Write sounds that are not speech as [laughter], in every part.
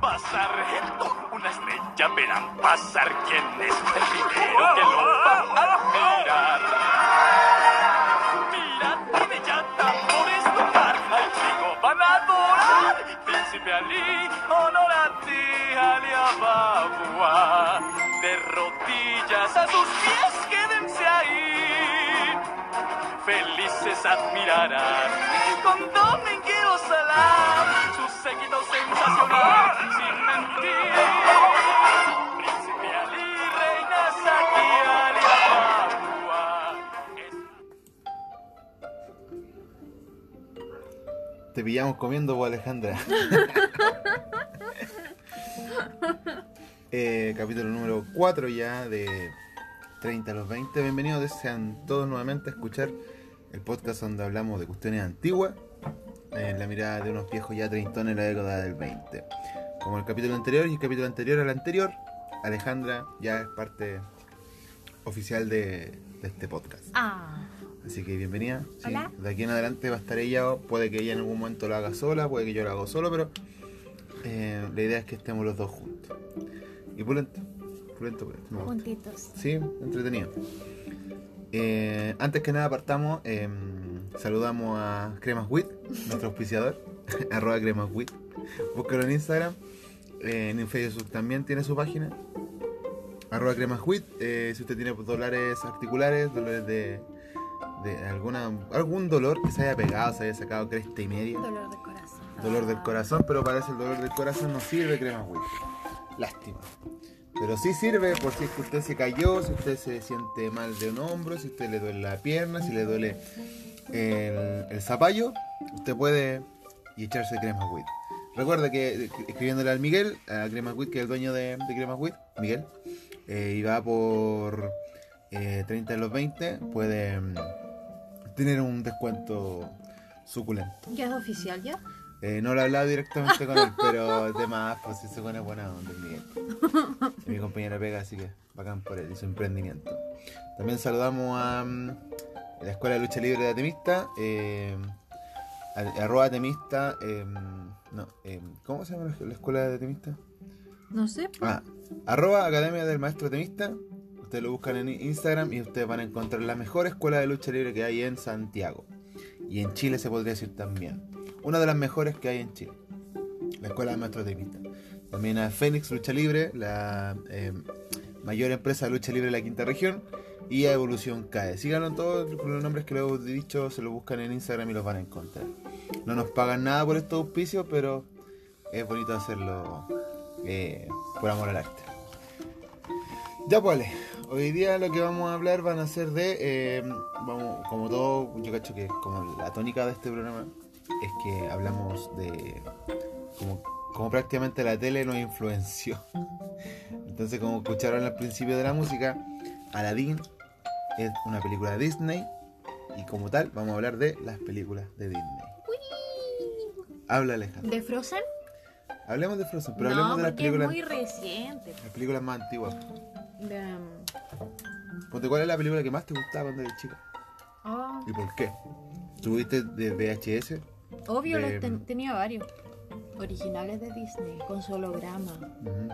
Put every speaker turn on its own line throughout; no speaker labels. pasar una estrella, verán pasar quién es el primero que lo va a mirar. Mirad, de ya tambores tocar, al chico van a adorar. Príncipe Ali, honor a ti, Ali Ababua. De rodillas a sus pies, quédense ahí. Felices admirarán, condomen que os alaban su séquito sensacional, sin mentir. Príncipe Ali, reina Saki Ali Ababua. Es-
Te pillamos comiendo, pues, Alejandra. Eh, capítulo número 4 ya de 30 a los 20. Bienvenidos sean todos nuevamente a escuchar el podcast donde hablamos de cuestiones antiguas eh, en la mirada de unos viejos ya treintones en la década del 20. Como el capítulo anterior y el capítulo anterior al anterior, Alejandra ya es parte oficial de, de este podcast.
Ah,
Así que bienvenida. Sí,
Hola.
De aquí en adelante va a estar ella, o puede que ella en algún momento lo haga sola, puede que yo lo haga solo, pero eh, la idea es que estemos los dos juntos. Y pulento, pulento, pulento. me gusta.
juntitos.
Sí, entretenido. Eh, antes que nada partamos, eh, saludamos a Cremas Wit, nuestro auspiciador, [laughs] arroba Cremas Wit. Búscalo en Instagram, eh, en Facebook también tiene su página, arroba Cremas Wit. Eh, si usted tiene dolores articulares, dolores de, de alguna, algún dolor que se haya pegado, se haya sacado cresta y media,
Dolor de corazón. Ah,
dolor del corazón, pero parece el dolor del corazón no sirve crema Wit. Lástima. Pero sí sirve por si es que usted se cayó, si usted se siente mal de un hombro, si usted le duele la pierna, si le duele el, el zapallo, usted puede y echarse crema Wit. Recuerda que eh, escribiéndole al Miguel, a Crema Wit, que es el dueño de, de Crema Wit, Miguel, eh, y va por eh, 30 de los 20, puede mm, tener un descuento suculento.
¿Ya es oficial ya?
Eh, no lo he hablado directamente con él, pero de más, pues sí se pone buena onda, el Miguel. Y mi compañera pega, así que bacán por él y su emprendimiento. También saludamos a mm, la Escuela de Lucha Libre de Atemista, eh, a- arroba Atemista, eh, no, eh, ¿cómo se llama la- la Escuela de Atemista?
No sé.
Ah, arroba Academia del Maestro Temista. Ustedes lo buscan en Instagram y ustedes van a encontrar la mejor escuela de lucha libre que hay en Santiago. Y en Chile se podría decir también. Una de las mejores que hay en Chile. La escuela del Maestro Temista. También a Fénix Lucha Libre, la eh, mayor empresa de lucha libre de la quinta región. Y a Evolución CAE. Síganlo en todos los nombres que les he dicho, se los buscan en Instagram y los van a encontrar. No nos pagan nada por estos auspicios, pero es bonito hacerlo eh, por amor al arte. Ya pues, Ale, hoy día lo que vamos a hablar van a ser de, eh, vamos, como todo, yo cacho que como la tónica de este programa es que hablamos de como, como prácticamente la tele nos influenció. [laughs] Entonces, como escucharon al principio de la música, Aladdin es una película de Disney y como tal vamos a hablar de las películas de Disney. Habla Alejandro.
¿De Frozen?
Hablemos de Frozen, pero
no,
hablemos de las
porque es
películas,
muy reciente.
las películas más antiguas.
De, um,
Ponte, ¿cuál es la película que más te gustaba cuando eras chica?
oh,
¿Y por qué? ¿Tuviste de VHS?
obvio,
de- mm.
los ten- tenía varios. Originales de Disney, con su holograma,
Mm,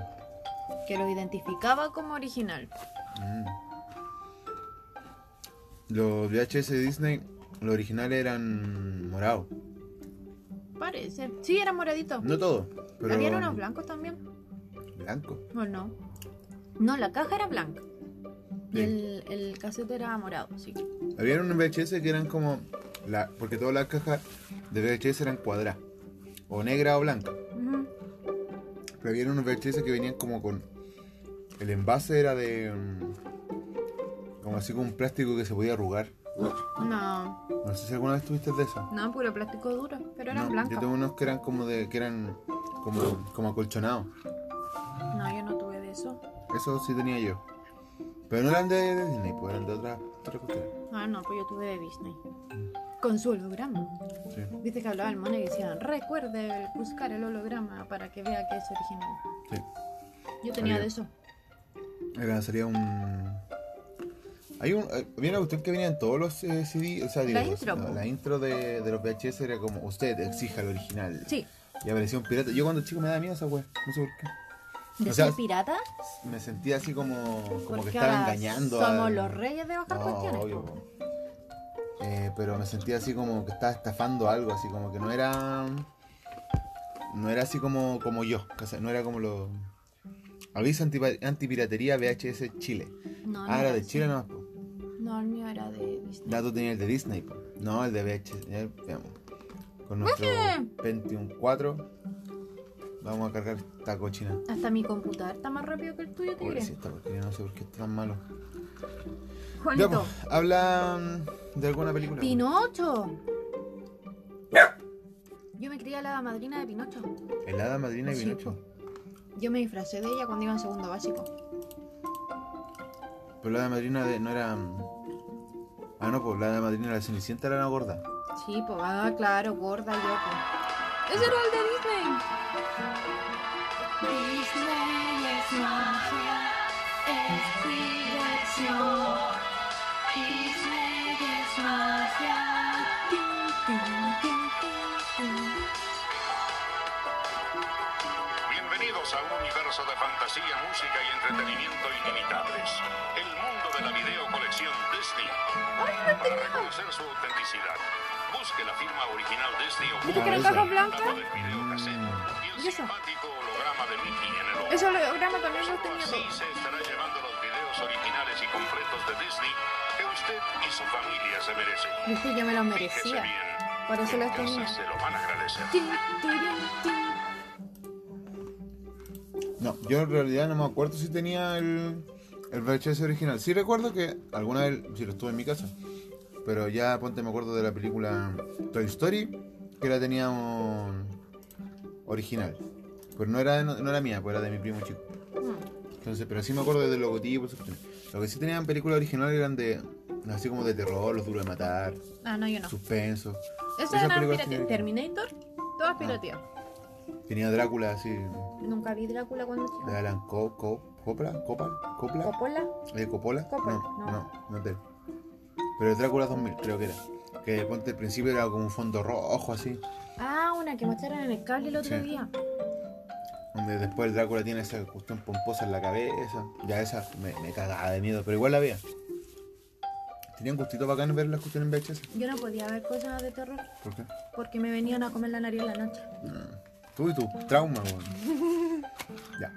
que lo identificaba como original.
mm. Los VHS de Disney, los originales eran morados.
Parece. Sí, era moradito.
No todos, pero
Habían unos blancos también.
blancos.
¿O no? No, la caja era blanca. Y
Sí.
el, el cassette era morado, sí.
Habían unos VHS que eran como... La, porque todas las cajas de VHS eran cuadradas. O negra o blanca.
Ujú.
Pero había unos VHS que venían como con. El envase era de. mm, Como así con un plástico que se podía arrugar.
No,
No sé si alguna vez tuviste de esas.
No, puro plástico duro, pero eran
No,
blancos.
Yo tuve unos que eran como de. que eran como, como acolchonados.
No, yo no tuve de eso.
Eso sí tenía yo. Pero no eran de, de Disney, pues eran de otras otras cuestiones.
Ah, no, pues yo tuve de Disney. Con su holograma.
Sí.
Viste que hablaba el mono y decía, recuerde buscar el holograma para que vea que es original.
Sí.
Yo tenía
Había-
de eso.
Era, sería un. Hay un, eh, había una cuestión que venía en todos los eh, CD, o sea, digo,
La intro,
no,
po.
la intro de, de los VHS era como usted exija el original.
Sí,
Y apareció un pirata. Yo cuando chico me daba miedo esa wea. No sé por qué.
¿De
O sea,
ser pirata?
Me sentía así como, como que
Porque
estaba
ahora
engañando.
Somos
al-
los reyes de bajar
No,
cuestiones.
obvio,
po.
po. Eh, pero me sentía así como que estaba estafando algo, así como que no era. No era así como, como yo, ¿cachai? no era como lo. Aviso antipa- antipiratería VHS Chile.
No, no
ah, era de
ese.
Chile nomás, po.
No, el mío era de Disney.
Dato tenía el de Disney, po. No, el de VHS. Ya, veamos. Con nuestro Pentium 4. Vamos a cargar esta cochina.
Hasta mi computador está más rápido que el tuyo, te diré.
Pobrecita, porque yo no sé por qué es tan malo. Ya, pues.
Juanito.
po, habla mm, de alguna película. po.
Pinocho. Yo me creía la madrina de Pinocho.
El hada madrina y
Sí,
Pinocho.
Yo me disfracé de ella cuando iba en segundo básico.
Pero la de madrina de- no era. mm, Ah, no, pues la de madrina de la Cenicienta era una gorda.
Sí, pues, ah, claro, gorda yo. po. Ese era el de Disney.
Disney es magia, es diversión. Disney es magia. Tin, tin, tin, tin, tin.
Bienvenidos a un universo de fantasía, música y entretenimiento inimitables. El mundo de la videocolección Disney. Para reconocer su autenticidad, busque la firma original Disney o
¿Viste que era
busque
el carro
la
blanco?
tapa del videocassette y
¿Y
el
eso?
simpático holograma de Mickey en el ojo.
Ese holograma también lo
Solo
tenía
así
todo.
se estará llevando los videos originales y completos de Disney que usted y su familia se merecen.
Viste, yo me lo
Fíjese
merecía.
bien.
Por eso
en
los
casa
tenía.
Se lo van a agradecer.
Tin, tirin, tin.
No, yo en realidad no me acuerdo si tenía el, el VHS original. Sí recuerdo que alguna vez, si lo estuve en mi casa. Pero ya ponte, me acuerdo de la película Toy Story, que la teníamos original. Pero no era, no, no era mía, pues era de mi primo chico. Entonces, pero sí me acuerdo del logotipo. esas cuestiones. Lo que sí tenían películas originales eran de, así como de terror, los duros de matar,
Ah, no, yo no.
suspenso.
Eso
Esas
era
películas tenían-
piratería. Terminator, todas pirateadas.
Tenía Drácula así,
Ah.
Nunca vi Drácula cuando
de
chica.
Alan Co, Co, Copla, Copal, Copla,
Coppola.
¿De Coppola?
Coppola,
No,
no.
no, no te. Pero el Drácula 2000 creo que era. Que ponte al principio era como un fondo rojo así,
Ah, una que mostraron en el cable el otro
Sí.
día.
donde después el Drácula tiene esa cuestión pomposa en la cabeza. Ya esa me, me cagaba de miedo, pero igual la veía. Tenía un gustito bacán ver las cuestiones en VHS.
Yo no podía ver cosas de terror
¿Por qué?
porque me venían a comer la nariz en la noche.
Tú y tu trauma, weón. [laughs] Ya.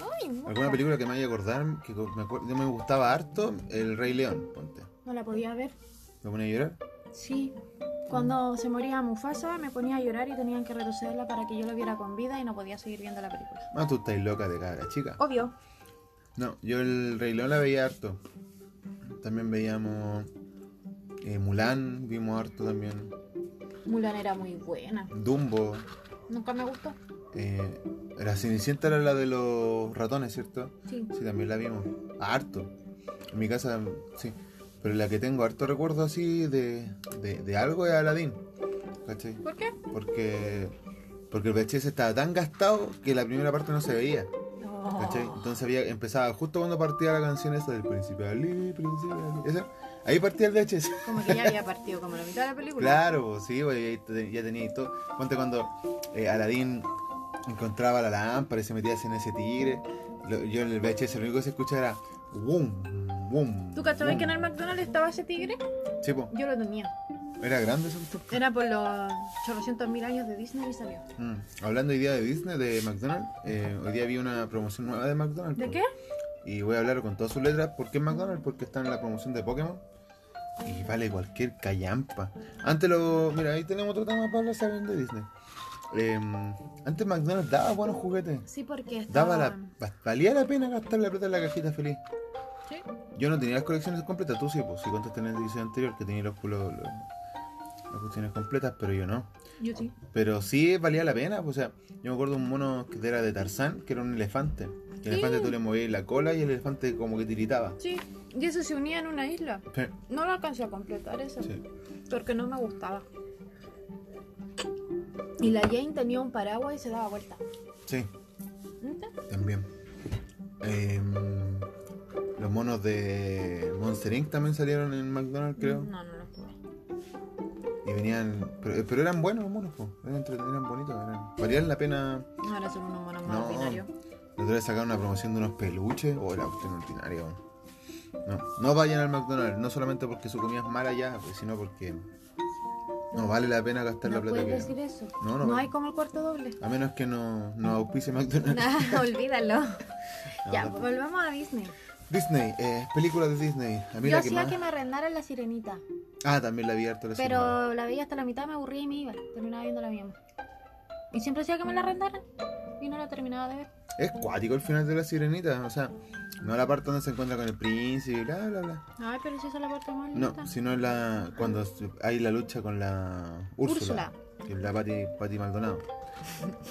Ay,
¿Alguna
mosca.
película que me haya acordar? Que me, acuer- me gustaba harto, El Rey León, ponte.
No la podía ver.
¿Me pone a llorar?
Sí. Cuando se moría Mufasa me ponía a llorar y tenían que retrocederla para que yo lo viera con vida y no podía seguir viendo la película.
No, Ah, tú estás loca de cara, chica.
Obvio.
No, yo el Rey León la veía harto. También veíamos eh, Mulan, vimos harto también.
Mulan era muy buena.
Dumbo.
Nunca me gustó.
eh, la Cenicienta era la de los ratones, ¿cierto?
Sí.
Sí, también la vimos. Harto. En mi casa, sí. Pero la que tengo harto recuerdo así de, de, de algo es Aladdin. ¿Cachai?
¿Por qué?
Porque, porque el VHS estaba tan gastado que la primera parte no se veía.
No.
¿Cachai? Entonces había, empezaba justo cuando partía la canción esa del príncipe Ali, príncipe Ali. Esa, ahí partía el
[laughs]
VHS.
Como que ya había partido como la mitad de la película.
Claro, pues, sí, pues, ahí te- ya tenía ahí todo. Ponte cuando eh, Aladín encontraba la lámpara y se metía así en ese tigre. Lo- yo en el VHS lo único que se escuchaba era boom, boom.
¿Tú cachabas
boom".
que en el McDonald's estaba ese tigre?
Sí, po.
Yo lo tenía.
era grande ese gusto.
Era por los 800 mil años de Disney y salió.
Mm. Hablando hoy día de Disney, de McDonald's, eh, hoy día vi una promoción nueva de McDonald's.
¿De
po.
qué?
Y voy a hablar con todas sus letras. ¿Por qué McDonald's? Porque está en la promoción de Pokémon. Y vale cualquier callampa. Antes lo. Mira, ahí tenemos otro tema para hablar saben de Disney. Em, antes McDonald's daba buenos juguetes.
Sí, porque estaba...
Daba la. va- Valía la pena gastar la plata en la cajita feliz.
Sí.
Yo no tenía las colecciones completas, tú sí, pues si contaste en el edición anterior que tenía los culos. los- las colecciones completas, pero yo no.
Yo sí.
Pero sí valía la pena, pues, o sea, yo me acuerdo un mono que era de Tarzán, que era un elefante. El elefante tú le movías la cola y el elefante como que tiritaba.
Sí. Y eso se unía en una isla.
Sí,
No lo alcancé a completar eso.
sí.
Porque no me gustaba. Y la Jane tenía un paraguas y se daba vuelta.
sí,
¿Viste?
también. Em, los monos de Monster Inc. también salieron en McDonald's, creo.
No, no, no pude.
Y Y venían. Pero, eh, pero eran buenos los monos, po. Eran, entre- eran bonitos. Eran, valían la pena.
No, ahora son unos monos más
No.
ordinarios.
La otra vez sacaron una promoción de unos peluches. Oh, la cuestión ordinaria, weón. No, no vayan al McDonald's. No solamente porque su comida es mala ya, pues, sino porque. No vale la pena gastar
No
la plata
puedes
que.
decir eso.
No,
No,
no,
hay como el cuarto doble.
A menos que no, no auspicie McDonald's.
[laughs] Nah, olvídalo. ya,
tampoco.
volvamos a Disney.
Disney, eh, películas de Disney. A mí
Yo
la que
hacía
más.
que me arrendaran la sirenita,
Ah, también la vi harto la
pero
semana.
la veía hasta la mitad, me aburría y me iba. Terminaba viendo la misma. Y siempre hacía que me la arrendaran y no la terminaba de ver.
Es cuático el final de la sirenita. O sea, no la parte donde se encuentra con el príncipe, bla, bla, bla.
Ay, pero si esa es la parte más
No,
linda.
sino la cuando se- hay la lucha con la Úrsula,
Úrsula.
que es la Pati, Pati Maldonado.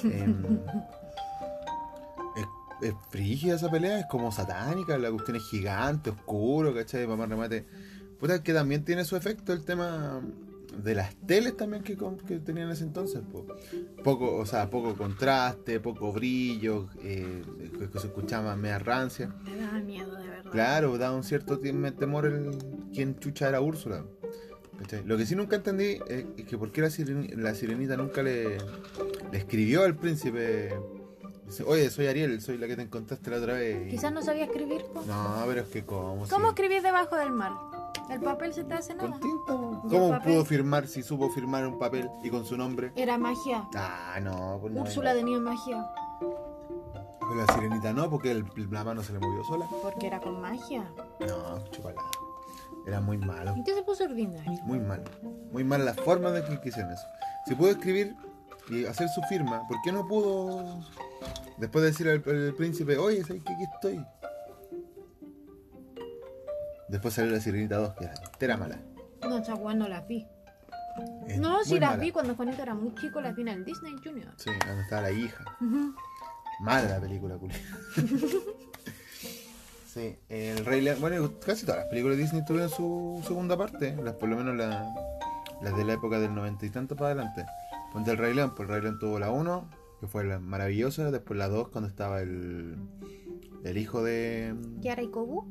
Em, es, es frígida esa pelea, es como satánica, la cuestión es gigante, oscuro, ¿cachai? Para más remate. Puta, que también tiene su efecto el tema de las teles también que, con- que tenían en ese entonces. po. Poco, o sea, poco contraste, poco brillo, eh, que- que se escuchaba media rancia.
Me daba miedo, de verdad.
Claro, da un cierto tem- temor el quién chucha era Úrsula. ¿Cachai? Lo que sí nunca entendí eh, es que por qué la, sireni- la sirenita nunca le, le escribió al príncipe. Dice, Oye, soy Ariel, soy la que te encontraste la otra vez. y-
Quizás no sabía escribir. po.
No, pero es que cómo.
¿Cómo
si-
escribir debajo del mar? El papel se te hace nada.
Con tinta, po.
¿Y el
¿Cómo
papel?
pudo firmar si supo firmar un papel y con su nombre?
Era magia.
Ah, no, pues no.
Úrsula tenía magia.
Pero la sirenita no, porque el, la mano se le movió sola.
Porque era con magia.
No, chupala. Era muy malo.
Entonces se puso ordinario.
Muy mal. Muy mal la forma de que hicieron eso. Si pudo escribir y hacer su firma, ¿por qué no pudo después de decirle al, al príncipe, oye, ¿sabes que aquí estoy? Después salió la Sirenita 2, que era entera mala.
No, esa weá no las vi.
Es
No, sí
muy
las
mala.
vi cuando Juanito era muy chico, las vi en el Disney Junior.
Sí, cuando estaba la hija.
Ujú.
Mala la película, culo. sí, el Rey León. Bueno, casi todas las películas de Disney tuvieron su segunda parte. Las, por lo menos la- las de la época del noventa y tanto para adelante. Ponte el Rey León, pues el Rey León tuvo la 1, que fue la maravillosa. Después la 2, cuando estaba el. El hijo de.
Kiara y Kobu.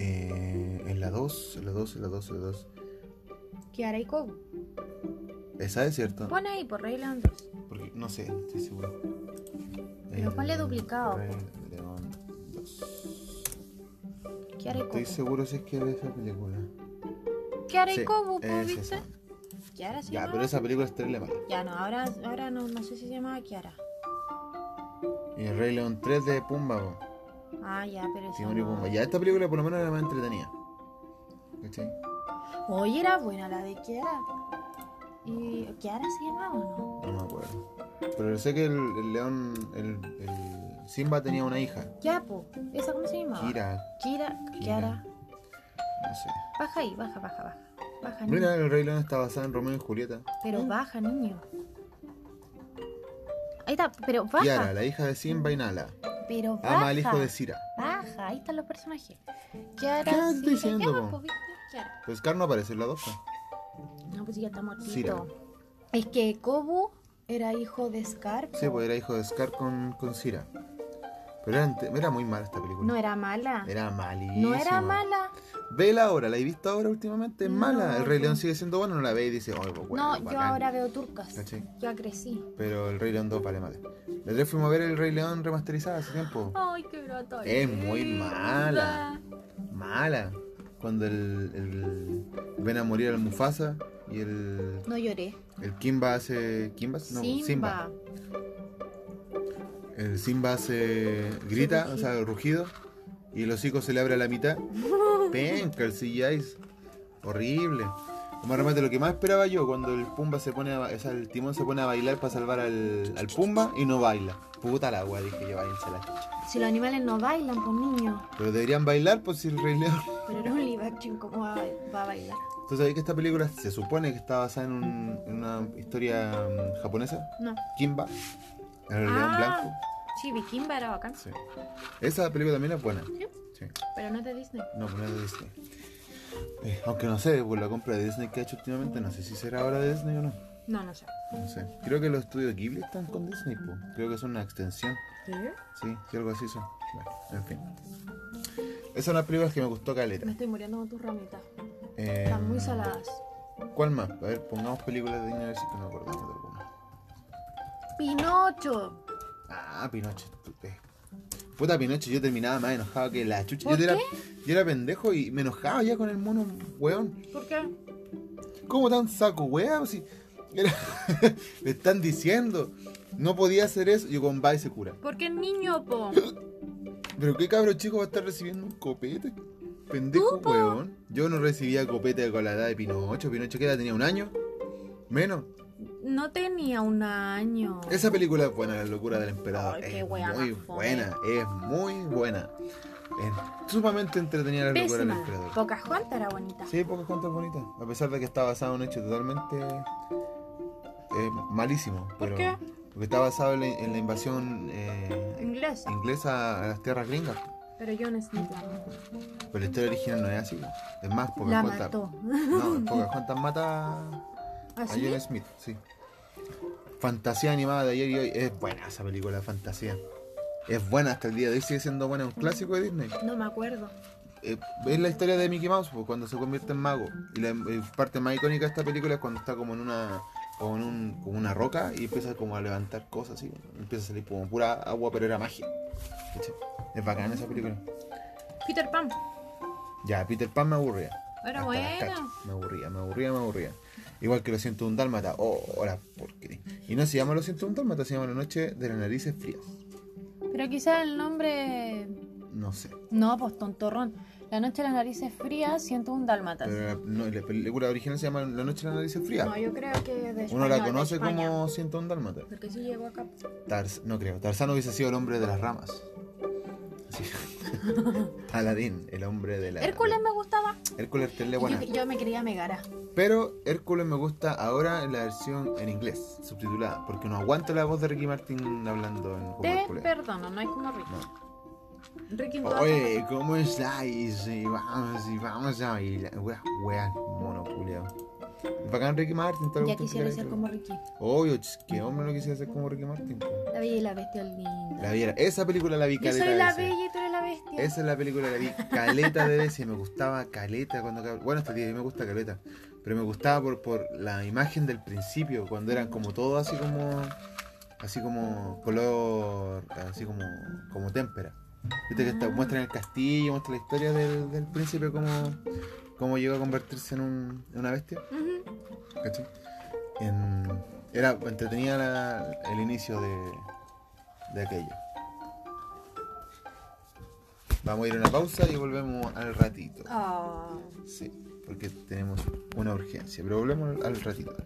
eh, en la 2, en la 2, en la 2, en la 2.
Kiara y Kobu.
Esa es cierto.
Pon ahí por Rey León 2.
Porque, no sé, no estoy seguro.
Pero
El
ponle duplicado.
Rey León 2.
Kiara
No
y
Estoy
Kobu.
seguro si es que era esa película.
Kiara
Sí,
y Kobu, po,
es
¿viste?
esa.
Kiara se
Ya,
llamaba.
pero esa película es terrible mala.
Ya no, ahora, ahora no, no sé si se llamaba Kiara.
Y el Rey León 3 de Pumba, po.
Ah, ya, pero eso.
Timón y Pumba.
No.
Ya esta película por lo menos era más entretenida. ¿Cachai?
Oye, era buena la de Kiara. ¿Y Kiara se llamaba o no?
No me acuerdo. Pero sé que el, el león, el, el Simba tenía una hija.
Ya, po. ¿Esa cómo se llamaba?
Kira,
Kira.
Kira.
Kiara.
no sé.
Baja ahí, baja, baja, baja. Baja, niño.
Mira, el Rey León está basada en Romeo y Julieta.
Pero baja, niño. Ahí está, pero baja.
Kiara, la hija de Simba y Nala.
Pero baja.
Ama al hijo de Sira.
Baja, ahí están los personajes.
¿Qué
Kiara.
estás
sí,
diciendo,
ya,
po?
po, ¿viste? Kiara.
Pues Scar no aparece en la dos. po.
No, pues ya está muertito.
Sira.
Es que Kobu era hijo de Scar.
Sí, pues era hijo de Scar con, con Sira. Pero era, ante- era muy mala esta película.
No era mala.
Era malísima.
no era mala.
Vela ahora, la he visto ahora últimamente, es mala.
No,
El Rey
no.
León sigue siendo bueno, no la ve y dice, oh, pues, bueno,
no, yo
bacán".
ahora veo turcas.
¿Cachai?
Ya crecí.
Pero el Rey León 2 vale mate. La 3 fuimos a ver el Rey León remasterizada hace tiempo.
Ay, qué grata.
Es muy mala. Mala. Cuando el, el- ven a morir al Mufasa y el,
No lloré.
el Kimba hace. ¿Kimba? No, Simba.
Simba.
El Simba hace. grita,
Sí,
o sea, rugido. Y el hocico se le abre a la mitad. Penca, el CGI es horrible. Como remate, lo que más esperaba yo cuando el Pumba se pone a, ba- o sea, el timón se pone a bailar para salvar al, al Pumba y no baila. Puta la agua, dije yo, váyanse a la chucha.
Si los animales no bailan, pues niño.
Pero deberían bailar por si el Rey León.
Pero era un live action, ¿cómo va, va a bailar?
¿Tú sabes que esta película se supone que está basada en, un- en una historia mm, japonesa?
No.
Kimba, el León
Ah.
Blanco.
Sí, Vikimba era bacán.
Sí. Esa película también es buena.
Sí.
Sí.
Pero no es de Disney.
No, pero no es de Disney. Eh, aunque no sé, por la compra de Disney que ha hecho últimamente, no sé si será ahora de Disney o no.
No, no sé.
No sé. Creo que los estudios Ghibli están con Disney, po. Creo que son una extensión.
¿Qué?
Sí, sí, algo así son. Bueno, en fin. Esas son las películas que me gustó
Me
caleta.
estoy muriendo con tus ramitas.
Eh,
Están muy saladas.
¿Cuál más? A ver, pongamos películas de Disney a ver si es que nos acordamos de alguna.
Pinocho.
Ah, Pinocho. tú- eh. Puta Pinocho, yo terminaba más enojado que la chucha.
¿Por
yo, Era,
qué?
yo era pendejo y me enojaba ya con el mono, weón.
¿Por qué?
¿Cómo tan saco, weón? Si era- [laughs] Le están diciendo. No podía hacer eso. Yo con Bye se cura.
Porque es niño, po.
Pero qué cabro chico va a estar recibiendo un copete. Pendejo,
Tú, po.
weón. Yo no recibía copete con la edad de Pinocho. Pinocho que era tenía un año. Menos.
No tenía un año.
Esa película es buena, La locura del emperador.
Ay, qué
es
wea
muy
más fome.
buena, es muy buena. Es sumamente entretenida La locura del
Pésima.
emperador.
Pocahontas era bonita.
Sí, pues, pocas cuantas bonitas. A pesar de que está basado en un hecho totalmente eh, malísimo.
¿Por
pero-
qué?
Porque está basado en la, en la invasión eh,
Inglesa.
inglesa a las tierras gringas.
Pero John Smith la mató.
Pero la historia original no es así. po. Es más,
La
Pocahontas.
mató. [laughs] ¿Ah,
No, Pocahontas mata a
¿Así?
John Smith, sí. Fantasía animada de ayer y hoy. Es buena esa película, de fantasía. Es buena hasta el día de hoy, sigue siendo buena, es un clásico de Disney.
No me acuerdo.
Eh, es la historia de Mickey Mouse, pues, cuando se convierte en mago. Y la eh, parte más icónica de esta película es cuando está como en una como en un- como una roca y empieza como a levantar cosas y empieza a salir como pura agua, pero era magia. ¿Cachai? Es bacana esa película.
Peter Pan.
Ya, Peter Pan me aburría.
Era
Hasta las
buena.
cachas. Me aburría, me aburría, me aburría. Igual que lo siento un dálmata. Oh, hola, porquería. Y no se llama lo siento un dálmata, se llama la noche de las narices frías.
Pero quizás el nombre.
No sé.
No, pues tontorrón. La noche de las narices frías, siento un dálmatas.
Pero la, no, la película original se llama La noche de las narices frías.
No, yo creo que de
Uno
español, de
la conoce
España.
como siento un dálmata.
Porque sí llegó acá.
Tarz- no creo. Tarzán hubiese sido el hombre de las ramas. Sí. [laughs] Aladín, el hombre de la.
Hércules me gustaba.
Hércules Tele, buena.
Yo, yo me creía Megara.
Pero Hércules me gusta ahora en la versión en inglés, subtitulada, porque no aguanto la voz de Ricky Martin hablando en como
Te
Hércules.
perdono, no hay como Ricky.
No.
Ricky en todas
Oye, ¿cómo estáis? Y vamos, y vamos a bailar. Wea, wea, mono culiao. Bacán Ricky Martin, todo
partes.
lo
Ya
que
quisiera
quieras.
ser como Ricky.
Obvio, ch- que hombre no quisiera ser como Ricky Martin. po.
La bella y la bestia linda.
La viera. Esa película la vi
Yo
caleta
soy
de
la
veces.
bella y tú eres la bestia.
Esa es la película que vi caleta de veces. Me gustaba caleta cuando. cab- Bueno, hasta el día de hoy me gusta caleta. Pero me gustaba por, por la imagen del principio, cuando eran como todo así como. Así como color. Así como. Como témpera. Viste que está- muestran el castillo, muestran la historia del, del príncipe, como. Cómo llegó a convertirse en, un- en una bestia.
Ujú.
¿Cachai? En- era entretenida la- el inicio de, de aquello. Vamos a ir a una pausa y volvemos al ratito.
Ah.
Sí, porque tenemos una urgencia, pero volvemos al- al ratito.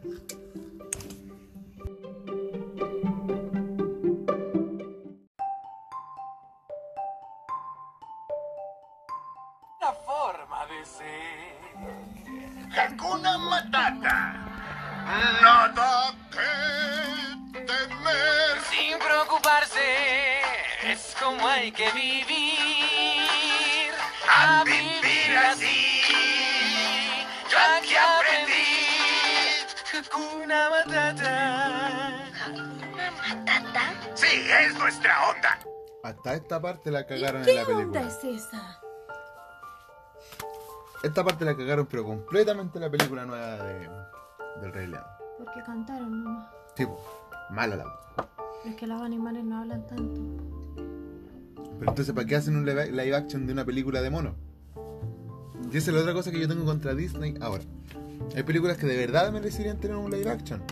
La forma de ser.
Hakuna Matata. Nada que temer.
Sin preocuparse, es como hay que vivir.
A vivir así, yo aquí aprendí.
Hakuna Matata.
Sí, es nuestra onda.
Hasta esta parte la
¿Y
cagaron en
¿Qué
la
onda
película.
es esa?
Esta parte la cagaron, pero completamente la película nueva de, del Rey León.
Porque cantaron nomás.
Tipo, mala la voz.
Pero Es que los animales no hablan tanto.
Pero entonces, ¿para qué hacen un live live action de una película de mono? Y esa es la otra cosa que yo tengo contra Disney ahora. Hay películas que de verdad merecerían tener un live action.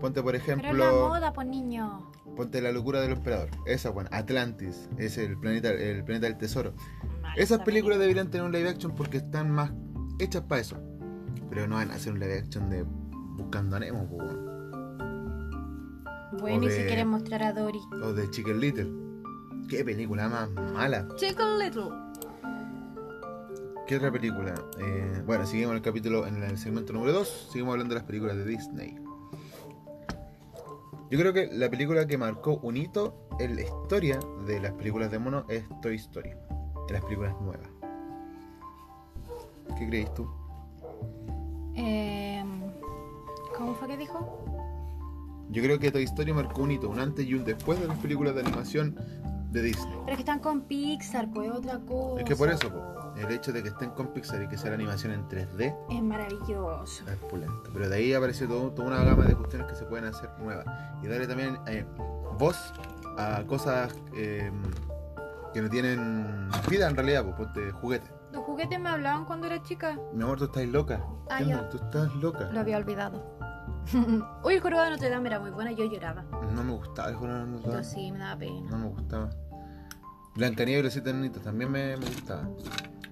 Ponte, por
Pero es la
ejemplo,
moda, pues niño.
ponte La locura del emperador. Esa, bueno, Atlantis, es el planeta, el planeta del tesoro.
Mala
Esas películas
esa película.
deberían tener un live action porque están más hechas para eso. Pero no van a hacer un live action de Buscando a Nemo, po, weón.
Bueno, y si
de-
quieren mostrar a Dory.
o de Chicken Little. Qué película más mala.
Chicken Little.
¿Qué otra película? Eh, bueno, seguimos en el capítulo, en el segmento número 2, seguimos hablando de las películas de Disney. Yo creo que la película que marcó un hito en la historia de las películas de mono es Toy Story, en las películas nuevas. ¿Qué creéis tú?
Eh, ¿Cómo fue que dijo?
Yo creo que Toy Story marcó un hito, un antes y un después de las películas de animación de Disney.
Pero es que están con Pixar, pues otra cosa.
Es que por eso, pues. po, el hecho de que estén con Pixar y que sea la animación en 3D
Es maravilloso.
es Ah, pulento. Pero de ahí apareció todo- toda una gama de cuestiones que se pueden hacer nuevas. Y darle también eh, voz a cosas eh, que no tienen vida en realidad, pues ponte juguetes.
Los juguetes me hablaban cuando era chica.
Mi amor, tú estás loca.
Ah,
¿Qué onda?
ya.
Tú estás loca.
Lo había olvidado. [laughs] Uy, el jorobado de Notre Dame era muy bueno, yo lloraba.
No me gustaba el jorobado de Notre
Yo
Dame.
sí, me daba pena.
No me gustaba. Blancanieves y los siete enanitos también me, me gustaba.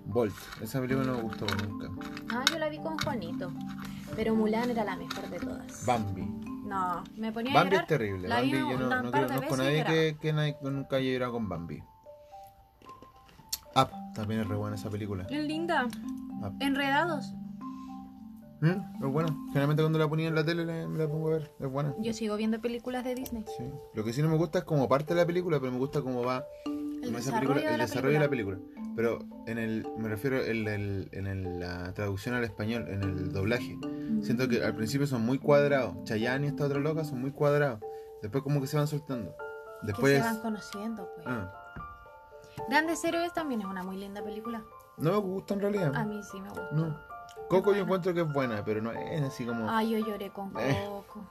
Bolt, esa película no me gustó nunca.
Ah, yo la vi con Juanito. Pero Mulan era la mejor de todas.
Bambi.
No, me ponía a
Bambi
llorar.
es terrible.
La
Bambi,
vi
yo no,
una
no
par
quiero- conozco
de
a
veces y
nadie
lloraba.
que, que nadie- que nunca haya llorado con Bambi. Up, también es re buena esa película.
Es linda.
Ah.
Enredados.
¿Mm? Es buena. Generalmente cuando la ponía en la tele la- me la pongo a ver. Es buena.
Yo sigo viendo películas de Disney.
Sí. Lo que sí no me gusta es como parte de la película, pero me gusta cómo va
El
en esa
desarrollo,
película-
de,
el
la
desarrollo de la
película.
película. Pero en el, me refiero en, el- en el- la traducción al español, en el doblaje.
Mm.
Siento que al principio son muy cuadrados. Chayanne y esta otra loca son muy cuadrados. Después como que se van soltando.
Que
Después...
se van conociendo, pues.
Ah,
Grandes Héroes también es una muy linda película.
no me gusta en realidad.
A mí sí me gusta.
No. Coco yo encuentro que es buena, pero no es así como...
Ay, yo lloré con
Eh.
Coco.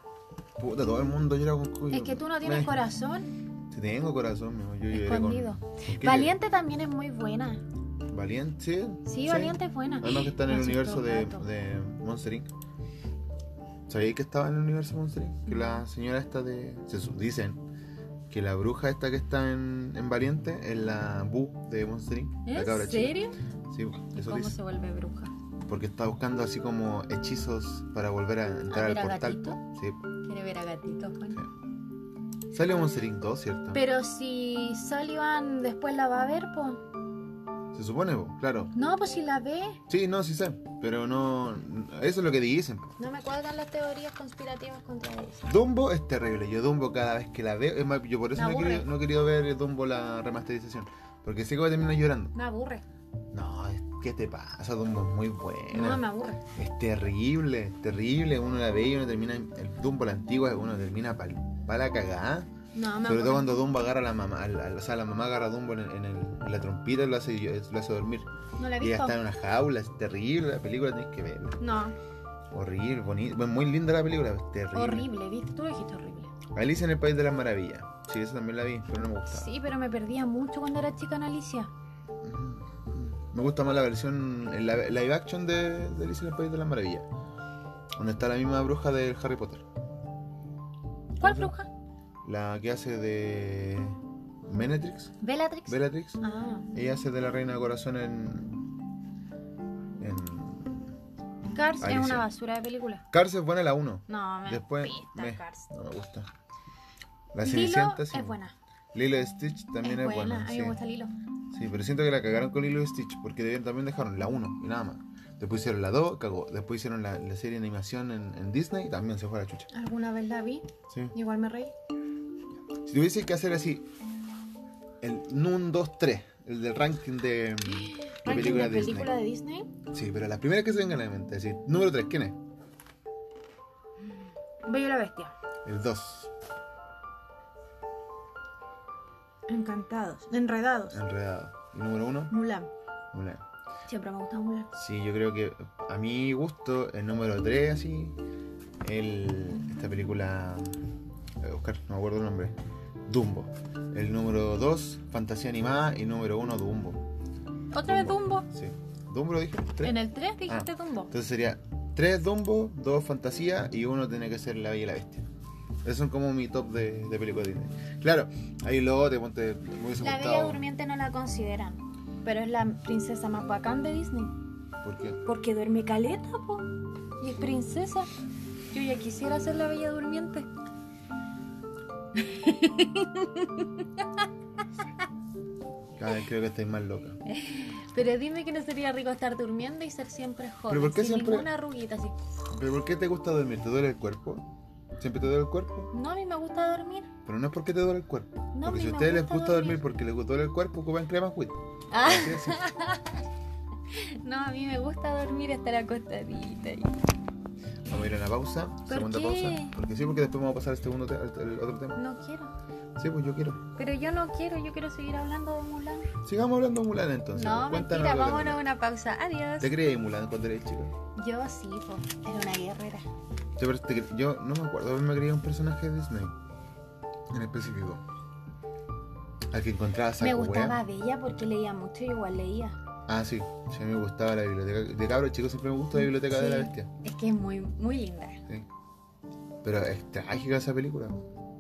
Puta, todo el mundo llora con Coco.
Es que tú no tienes
Eh,
corazón
sí Tengo corazón, mi amor, yo lloré con-
escondido.
¿Con qué lloré?
Valiente también es muy buena.
Valiente. sí.
Sí, Valiente es buena.
Además que está en el
Me
universo
asustó un
de,
rato.
de Monster Inc. ¿Sabéis que estaba en el universo Monster Inc? Que la señora esta de... Se su- dicen que la bruja esta que está en, en Valiente es la Boo de Monster Inc. La cabra
¿En
chica.
serio?
Sí, eso
¿Cómo
dice.
se vuelve bruja?
Porque está buscando así como hechizos para volver a entrar al
ver a
portal.
Ah, Gatito?
Sí.
Quiere ver a pues. gatito, Juan.
Sale Monster Inc 2, ¿cierto?
Pero si Sullivan después la va a ver, pues.
Se supone, po, claro.
No, pues si la ve.
Sí, no, sí sé. Pero no... Eso es lo que dicen. po.
No me cuadran las teorías conspirativas contra eso.
Dumbo es terrible. Yo Dumbo cada vez que la veo, es más, yo por eso
Me
no he,
aburre.
querido, no he querido ver Dumbo la remasterización. Porque sé que voy a terminar llorando.
Me aburre.
No, es- ¿qué te pasa? Dumbo es muy
No,
buena.
me aburre.
es terrible, es terrible. Uno la ve y uno termina, el Dumbo la antigua, uno termina para la cagada.
No, me
Sobre todo
aburre.
cuando Dumbo agarra a la mamá, al- al- o sea, la mamá agarra a Dumbo en, el- en el- en la trompita y lo hace, lo hace dormir.
No la he
Y ya
visto.
está en una jaula, es terrible la película, tenéis que verla.
No,
Horrible, bonita, muy linda la película, es terrible.
horrible, ¿viste? Tú lo dijiste horrible.
Alicia en el País de las Maravillas. Sí, esa también la vi, pero no me gustaba.
Sí, pero me perdía mucho cuando era chica en Alicia.
Me gusta más la versión, el la- live action de, de Alicia en el País de las Maravillas. Donde está la misma bruja del Harry Potter.
¿Cuál
Ujú.
bruja?
La que hace de Menetrix,
Bellatrix.
Bellatrix.
ah,
Ella hace de la Reina de Corazón en... en...
Cars es
Alicia.
una basura de película.
Cars es buena la 1.
No, me
Después...
pesta
meh,
Cars.
no me gusta. La
Lilo
Cenicienta sí.
es buena.
Lilo y Stitch también es,
es buena.
buena.
A mí
sí.
me gusta Lilo.
Sí, pero siento que la cagaron con Lilo y Stitch, porque debían- también dejaron la 1 y nada más. Después hicieron la 2, cagó. Después hicieron la, la serie de animación en, en Disney y también se fue a la chucha.
Alguna vez la vi,
Sí.
igual me reí.
Si tuviese que hacer así, el 1, 2, 3, el del ranking
[gasps]
de, de
Ranking
películas
de
Disney.
película de Disney.
Sí, pero las primeras que se vengan a la mente, así, número 3, ¿quién es?
Bello y la Bestia.
El 2,
Encantados. Enredados.
enredado. Y número 1,
Mulan.
Mulan.
Siempre me ha gustado Mulan.
Sí, yo creo que a mi gusto, el número 3, así, el, esta película, eh, Oscar, no me acuerdo el nombre, Dumbo. El número 2, Fantasía Animada, y número 1, Dumbo.
Otra vez Dumbo.
Sí, Dumbo lo dije, tres.
En el 3 dijiste
Ah.
Dumbo.
Entonces sería 3 Dumbo, 2 Fantasía y uno tiene que ser La Bella y la Bestia. Esos son como mi top de, de películas Disney. Claro, ahí luego te ponte, me hubiese
La Bella
gustado.
Durmiente no la consideran. Pero es la princesa más bacán de Disney.
¿Por qué?
Porque duerme caleta, po. Y es princesa. Yo ya quisiera ser la Bella Durmiente.
Cada vez creo que estáis más loca.
Pero dime que no sería rico estar durmiendo y ser siempre joven.
¿Pero por qué
sin
siempre-
ninguna arruguita así.
¿Pero por qué te gusta dormir? ¿Te duele el cuerpo? ¿Siempre te duele el cuerpo?
No, a mí me gusta dormir.
Pero no es porque te duele el cuerpo. porque
No, a mí
si a
me
ustedes les
gusta
gusta dormir
dormir.
porque les duele el cuerpo, ocupan crema with.
Ah,
Así
[laughs]
es.
no, a mí me gusta dormir estar acostadita. ahí.
Vamos a ir a una pausa, segunda
qué?
pausa. Porque sí, porque después vamos a pasar este al segundo te- al- al otro tema.
No quiero.
Sí, pues yo quiero.
Pero yo no quiero, yo quiero seguir hablando de Mulan.
Sigamos hablando de Mulan entonces. pues,
No,
Cuéntanos
mentira,
algo de
vámonos a
Mulan.
una pausa. Adiós.
¿Te creí Mulan cuando eres chica?
Yo sí, po, era una guerrera.
Yo, pero te cre- yo no me acuerdo, me creía un personaje de Disney. En específico. Al que encontraba saco
Me
hueá.
gustaba Bella porque leía mucho y igual leía.
Ah, sí. Sí, a mí me gustaba la biblioteca. De cabro chico siempre me gustó la biblioteca de la
Sí,
bestia.
Es que es muy, muy linda.
Sí. Pero es trágica esa película.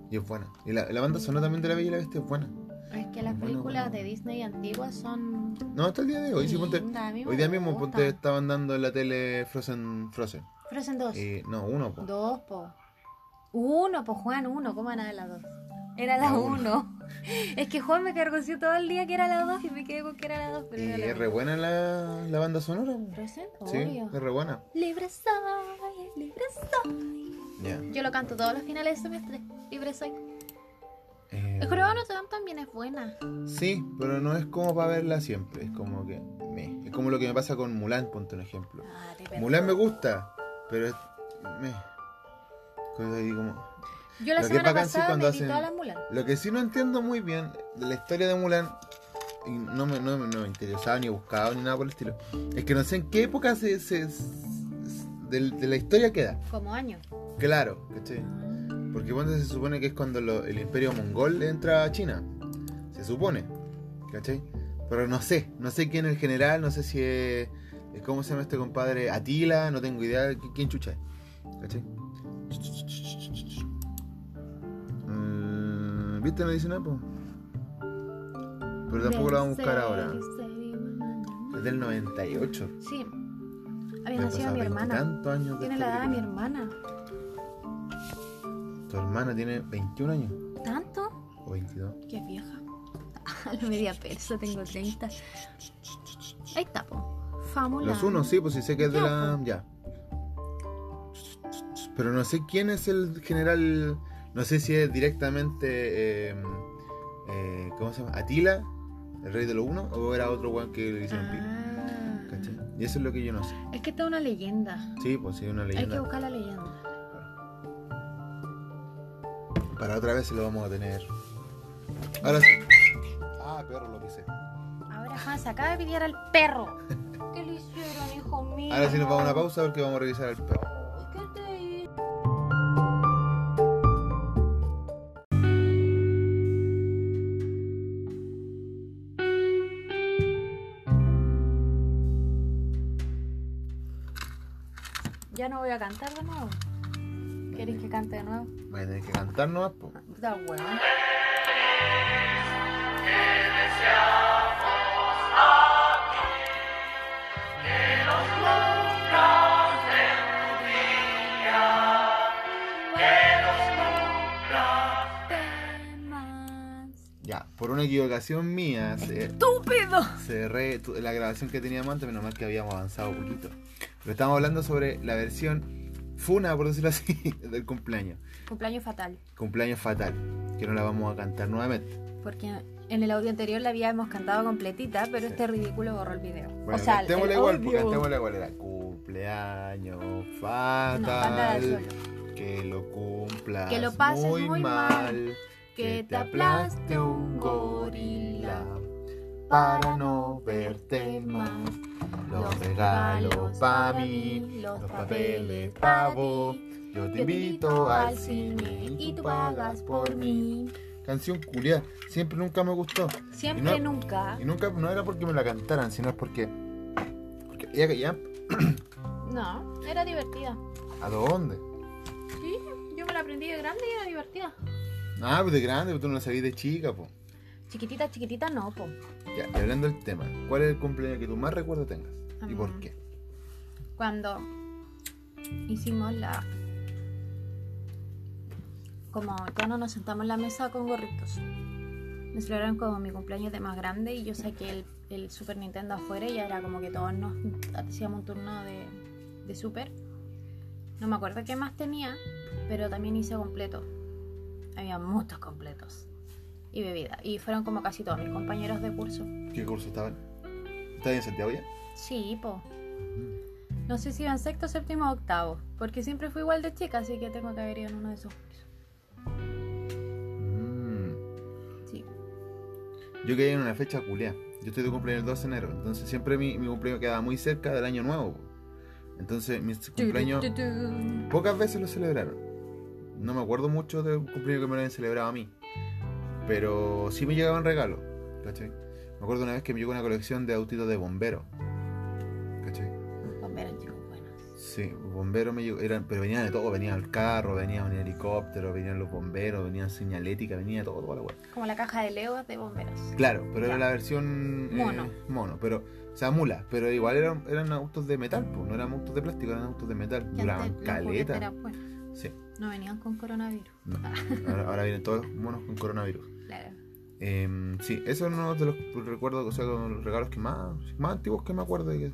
Y es buena. Y la, la banda sonora también de la Bella y la Bestia es buena.
Es que las
Bueno,
películas
bueno.
de Disney antiguas son.
No, hasta el día de hoy. Sí, ponte-
Linda, a mí me
hoy día mismo
gusta.
ponte, estaban dando en la tele Frozen. Frozen.
Frozen 2.
Y, no, uno. Eh, po.
Dos, po. Uno, po, Juan, uno. ¿Cómo era la dos? Era la
La uno.
uno. [laughs] es que Juan me cargoció todo el día que era la dos y me quedé con que era la dos. Pero
Y
era la
es re
uno.
buena la, la banda sonora. po.
¿Frozen?
Sí,
Obvio.
es re buena.
Libre soy, libre soy.
Ya.
Yo lo canto todos los finales de semestre. Libre soy.
Eh,
El jorobado de Notre Dame también es buena.
Sí, pero no es como para verla siempre. Es como que. meh. Es como lo que me pasa con Mulan, ponte un ejemplo.
Ah, te
Mulan me
perdono.
gusta, pero es. meh. Como ahí como-
Yo
Lo que
la
es
semana
bacán, sí,
pasada
cuando
me vi
hacen-
todas las Mulan.
Lo que sí no entiendo muy bien de la historia de Mulan, y no me, no, me- no me interesaba ni buscaba ni nada por el estilo, es que no sé en qué época se, se- se- de, de la historia queda.
Como año.
Claro, ¿cachai? Porque cuando se supone que es cuando lo- el imperio mongol entra a China. Se supone. ¿Cachai? Pero no sé, no sé quién es el general, no sé si es. es ¿Cómo se llama este compadre? Atila, no tengo idea de qui- quién chucha es. ¿Cachai? Mm, ¿Viste? No dice nada, po. Pero tampoco la vamos a buscar ahora. Es del 98.
Sí.
Me
Había
han
nacido
pasado
mi
20
hermana.
tantos años de
Tiene
esta
la edad de mi
película.
hermana.
Tu hermana tiene 21 años
¿Tanto?
o 22.
Qué vieja. A [laughs] la media peso, tengo 30. Ahí está, po. Ah. Famula.
Los unos, sí, pues sí sé que es de
Ya,
la. Ya. Pero no sé quién es el general. No sé si es directamente. eh, eh, ¿Cómo se llama? Atila, el rey de los unos, o era otro weón que le hicieron pico.
Ah.
¿Cachai? Y eso es lo que yo no sé.
Es que está una leyenda.
Sí, pues sí, una
Hay que
leyenda.
buscar la leyenda.
Para otra vez se lo vamos a tener. Ahora sí. Ah, perro, lo pisé.
Ahora Juan se acaba de pitear al perro. ¿Qué le hicieron, hijo mío?
Ahora sí nos vamos a una pausa porque vamos a revisar el perro.
¿Qué te Ya no voy a cantar de nuevo. ¿Quieres que cante de nuevo?
Voy a tener que cantar nomás, po.
Puta hueá.
Ya, por una equivocación mía, se,
¡Estúpido!
Cerré tu- la grabación que teníamos antes, menos mal que habíamos avanzado un poquito. Pero estábamos hablando sobre la versión funa, por decirlo así, [laughs] del cumpleaños.
Cumpleaños fatal.
Cumpleaños fatal, que no la vamos a cantar nuevamente.
Porque en el audio anterior la habíamos cantado completita, pero
Sí.
este ridículo borró el video.
Bueno,
o sea, el
cantémosla igual, porque este
audio.
cantémosla igual. Era cumpleaños
No, canta de
fatal,
solo.
que lo cumplas
Que lo pases muy mal,
que te aplaste un gorila. Para no verte más, los regalos para mí, los papeles para vos. Yo te invito al cine y tú pagas por mí. Canción culia, siempre nunca me gustó.
Siempre,
Y no-
nunca.
Y nunca, no era porque me la cantaran, sino es porque. porque ya, ya,
No, era divertida.
¿a dónde?
Sí, yo me la aprendí de grande y era divertida.
Ah, pues de grande, pues tú no la sabías de chica, po.
Chiquitita, chiquitita, no, po.
Ya, y hablando del tema, ¿cuál es el cumpleaños que tú más recuerdo tengas? ¿Y por
Mm.
qué?
Cuando hicimos la. Como cuando nos sentamos en la mesa con gorritos. Me celebraron como mi cumpleaños de más grande y yo saqué el, el Super Nintendo afuera y ya era como que todos nos hacíamos un turno de, de Super. No me acuerdo qué más tenía, pero también hice completo. Había muchos completos y bebida. Y fueron como casi todos mis compañeros de curso.
¿Qué curso estaban? ¿Estás en Santiago ya?
Sí, po. No sé si iba en sexto, séptimo o octavo, porque siempre fui igual de chica, así que tengo que haber ido en uno de esos cursos.
Mm.
Sí.
Yo quedé en una fecha culia. Yo estoy de cumpleaños el 12 de enero. Entonces siempre mi, mi cumpleaños quedaba muy cerca del año nuevo. Entonces mis cumpleaños
Tu, tu, tu.
pocas veces lo celebraron. No me acuerdo mucho del cumpleaños que me lo han celebrado a mí. Pero sí me llegaban regalos. ¿Cachai? Me acuerdo una vez que me llegó una colección de autitos de bomberos. ¿Cachai?
Bomberos, chicos, buenos.
Sí, bomberos me llegó- eran, pero venían de todo, venía el carro, venía un helicóptero, venían los bomberos, venía señalética, venía todo, toda la wea.
Como la caja de Lego de bomberos.
Claro, pero
Ya.
era la versión eh,
Mono.
mono, pero o sea, mula, pero igual eran, eran autos de metal, pues, no eran autos de plástico, eran autos de metal,
Que
duraban
antes los juguetes
caleta.
eran buenos.
Sí,
No venían con coronavirus.
no. ahora, ahora vienen todos los monos con coronavirus.
Claro.
Em, sí, eso es uno de los recuerdos, o sea, de los regalos que más, más antiguos que me acuerdo. de que-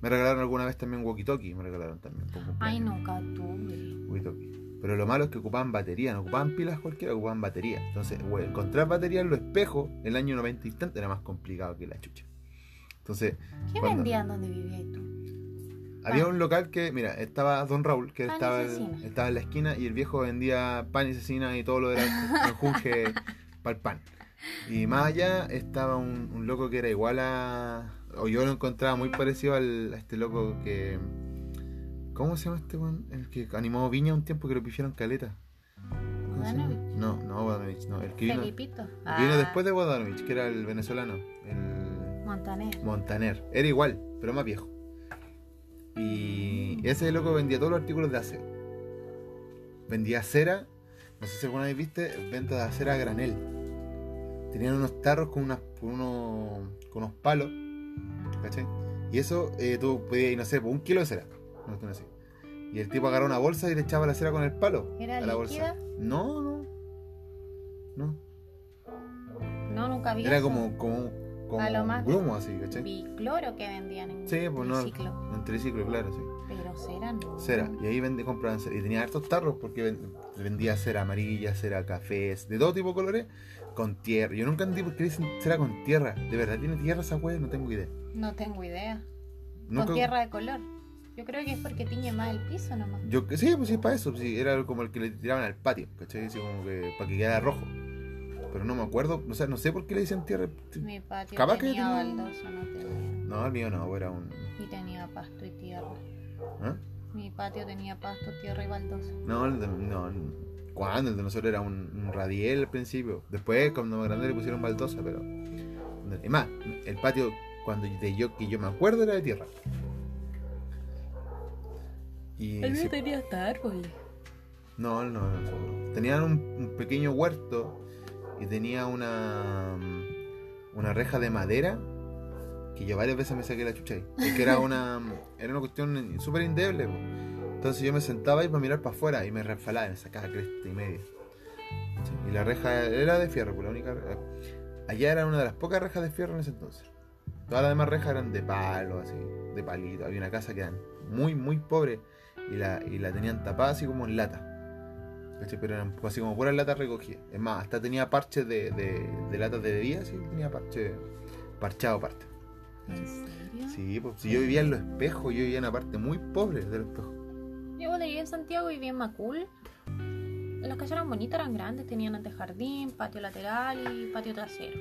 me regalaron alguna vez también walkie-talkie, me regalaron también. por
Ay,
cumpleaños.
nunca tuve.
walkie-talkie. Pero lo malo es que ocupaban batería, no ocupaban pilas cualquiera, ocupaban batería. Entonces, güey, encontrar batería en los espejos el año 90 y tanto era más complicado que la chucha. Entonces,
¿Qué
¿Cuándo?
vendían donde vivías tú?
había
Ah.
un local que, mira, estaba Don Raúl, que
Pan y
estaba,
cecina.
estaba en la esquina y el viejo vendía pan y cecina y todo lo era
[laughs]
conjunge para el pan. Y más allá estaba un, un loco que era igual a. O yo lo encontraba muy parecido al, a este loco que. ¿Cómo se llama este weón? El que animó Viña un tiempo que lo pifieron caleta. ¿Cómo se llama?
Bodanovich.
No, no, Bodanovich, no. El que vino, el que
Felipito.
vino
Ah,
después de Bodanovich, que era el venezolano. El,
Montaner.
Montaner. Era igual, pero más viejo. Y ese loco vendía todos los artículos de aseo. Vendía cera. No sé si alguna vez viste, venta de acera a granel. Tenían unos tarros con, unas, con, unos, con unos palos. ¿Cachai? Y eso eh, tú podías, no sé, por un kilo de cera. una cuestión así. Y el tipo agarraba una bolsa y le echaba la cera con el palo.
¿Era
a la bolsa.
líquida?
No, no. No.
No, nunca vi.
Era
eso.
como, como, como
A lo más-
grumo así, ¿cachai?
Bicloro que vendían en
Sí, pues no.
triciclo.
Un triciclo, claro, sí.
Pero serán.
Cera. Y ahí vende, compraban cera. Y tenía hartos tarros porque ven- vendía cera amarilla, cera cafés, de todo tipo de colores, con tierra. Yo nunca entendí por qué le dicen cera con tierra. ¿De verdad tiene tierra esa wea? No tengo idea.
No tengo idea.
Nunca-
Con tierra de color. Yo creo que es porque tiñe más el piso nomás.
Yo, que- sí, pues sí, para eso. Sí, era como el que le tiraban al patio, ¿cachai? Así como que para que quedara rojo. Pero no me acuerdo, o sea, no sé por qué le dicen tierra.
Mi patio
Capaz que
tenía
tenía-
baldosa, no tenía.
No, el mío no, era un.
Y tenía pasto y tierra.
¿Ah?
Mi patio tenía pasto, tierra y baldosa.
No, el de- no. Cuando el de nosotros era un, un radiel al principio. Después, cuando más grande le pusieron baldosa, pero. Es más, el patio cuando de yo que yo me acuerdo era de tierra. Y sí,
tenía hasta árboles.
no, no, no, no. Tenían un, un pequeño huerto y tenía una mm, una reja de madera que yo varias veces me saqué la chucha ahí. Porque era una [laughs] era una cuestión súper indeble. po. Entonces yo me sentaba ahí para mirar para afuera y me resfalaba y me sacaba cresta y media. Sí, Y la reja era de fierro, por la única re- Allá era una de las pocas rejas de fierro en ese entonces. Todas las demás rejas eran de palo, así, de palito. Había una casa que era muy, muy pobre y la, y la tenían tapada así como en lata. ¿Cachai? Pero eran así como puras latas recogidas. Es más, hasta tenía parches de, de, de latas de bebida, sí, tenía parche, parchado parte.
¿En serio?
Sí, pues, si yo vivía en los espejos, yo vivía en una parte muy pobre de los espejos.
Yo cuando llegué en Santiago viví en Macul. Las casas eran bonitas, eran grandes, tenían antejardín, patio lateral y patio trasero.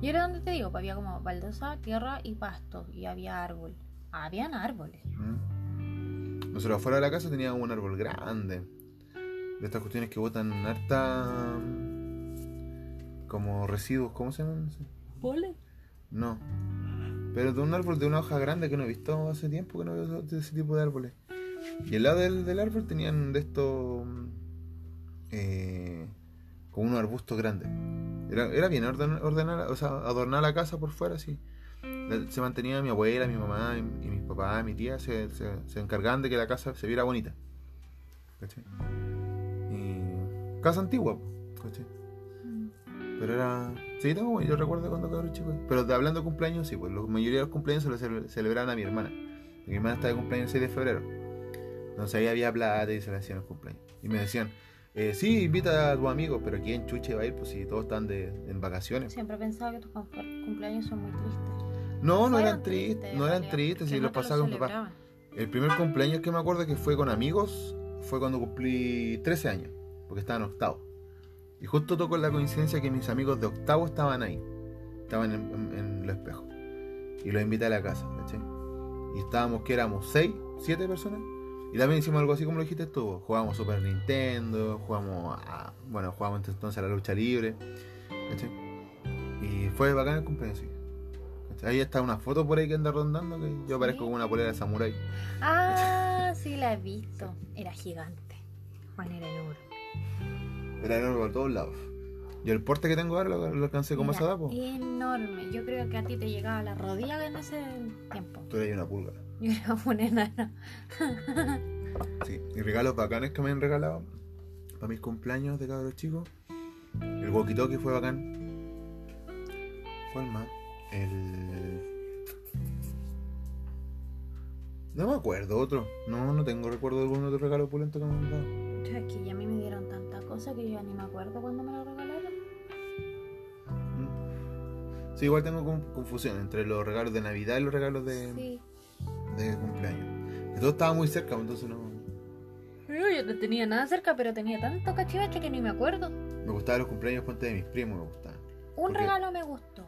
Y era donde te digo, pues, había como baldosa, tierra y pasto. Y había árbol. Habían árboles.
Mm. Nosotros afuera de la casa teníamos un árbol grande. De estas cuestiones que botan harta. como residuos, ¿cómo se llaman? Sí.
¿Boles?
No. Pero de un árbol de una hoja grande que no he visto hace tiempo que no veo de ese tipo de árboles. Y al lado del, del árbol tenían de estos. mm, eh, con unos arbustos grandes. Era, era bien orden- ordenada, o sea, adornar la casa por fuera, sí. La- Se mantenía mi abuela, mi mamá y, y mis papás, mi tía, se, se- se encargaban de que la casa se viera bonita. ¿Cachai? Y- casa antigua, po, ¿cachai? Pero era. Sí, tengo bueno, yo recuerdo cuando cabrón chico. Pero de- hablando de cumpleaños, sí, pues la mayoría de los cumpleaños se lo cele- celebraban a mi hermana. Mi hermana estaba de cumpleaños el 6 de febrero. Entonces ahí había plata y se le hacían los cumpleaños. Y me decían, eh, sí, invita a tu amigo, pero ¿quién chuche va a ir? Pues si todos están de, en vacaciones.
Siempre he pensado que tus cum- cumpleaños son muy tristes.
No, no
Fueron
eran tristes, no eran
Valeria,
tristes,
porque
si
no
los
te
pasaba con papá.
celebraban.
El primer cumpleaños que me acuerdo que fue con amigos fue cuando cumplí 13 años, porque estaba en octavo. Y justo tocó la coincidencia que mis amigos de octavo estaban ahí, estaban en, en- en el espejo. Y los invité a la casa, ¿cachai? Y estábamos, que éramos 6, 7 personas. Y también hicimos algo así como lo dijiste tú, vos. jugamos Super Nintendo, jugamos a- bueno, jugamos entonces a la lucha libre, ¿cachai? Y fue bacán el cumpleaños. sí. ¿Cachai? Ahí está una foto por ahí que anda rondando, que yo parezco con una polera de samurái.
Ah, sí, la he visto. Era gigante. Juan era enorme.
Era enorme por todos lados. Yo el porte que tengo ahora lo, lo alcancé como
Era
esa edad, po.
Enorme. Yo creo que a ti te llegaba a la rodilla en ese tiempo. [laughs]
Tú eres una pulga.
Yo era una enana.
Sí. Y regalos bacanes que me han regalado para mis cumpleaños de cabros chicos. El walkie-talkie fue bacán. ¿Cuál más? El. No me acuerdo, otro. No, no tengo recuerdo de algún otro regalo opulento que me han dado.
Yo, Es que ya a mí me dieron tanta cosa que yo ya ni me acuerdo cuando me lo regalaron.
Mm. Sí, igual tengo con- confusión entre los regalos de Navidad y los regalos de,
Sí.
de cumpleaños. Que todo estaba muy cerca, entonces no.
Yo, yo no tenía nada cerca, pero tenía tanto cachivache que ni me acuerdo.
Me gustaban los cumpleaños ponte de mis primos, me gustaban.
Un
qué?
regalo me gustó,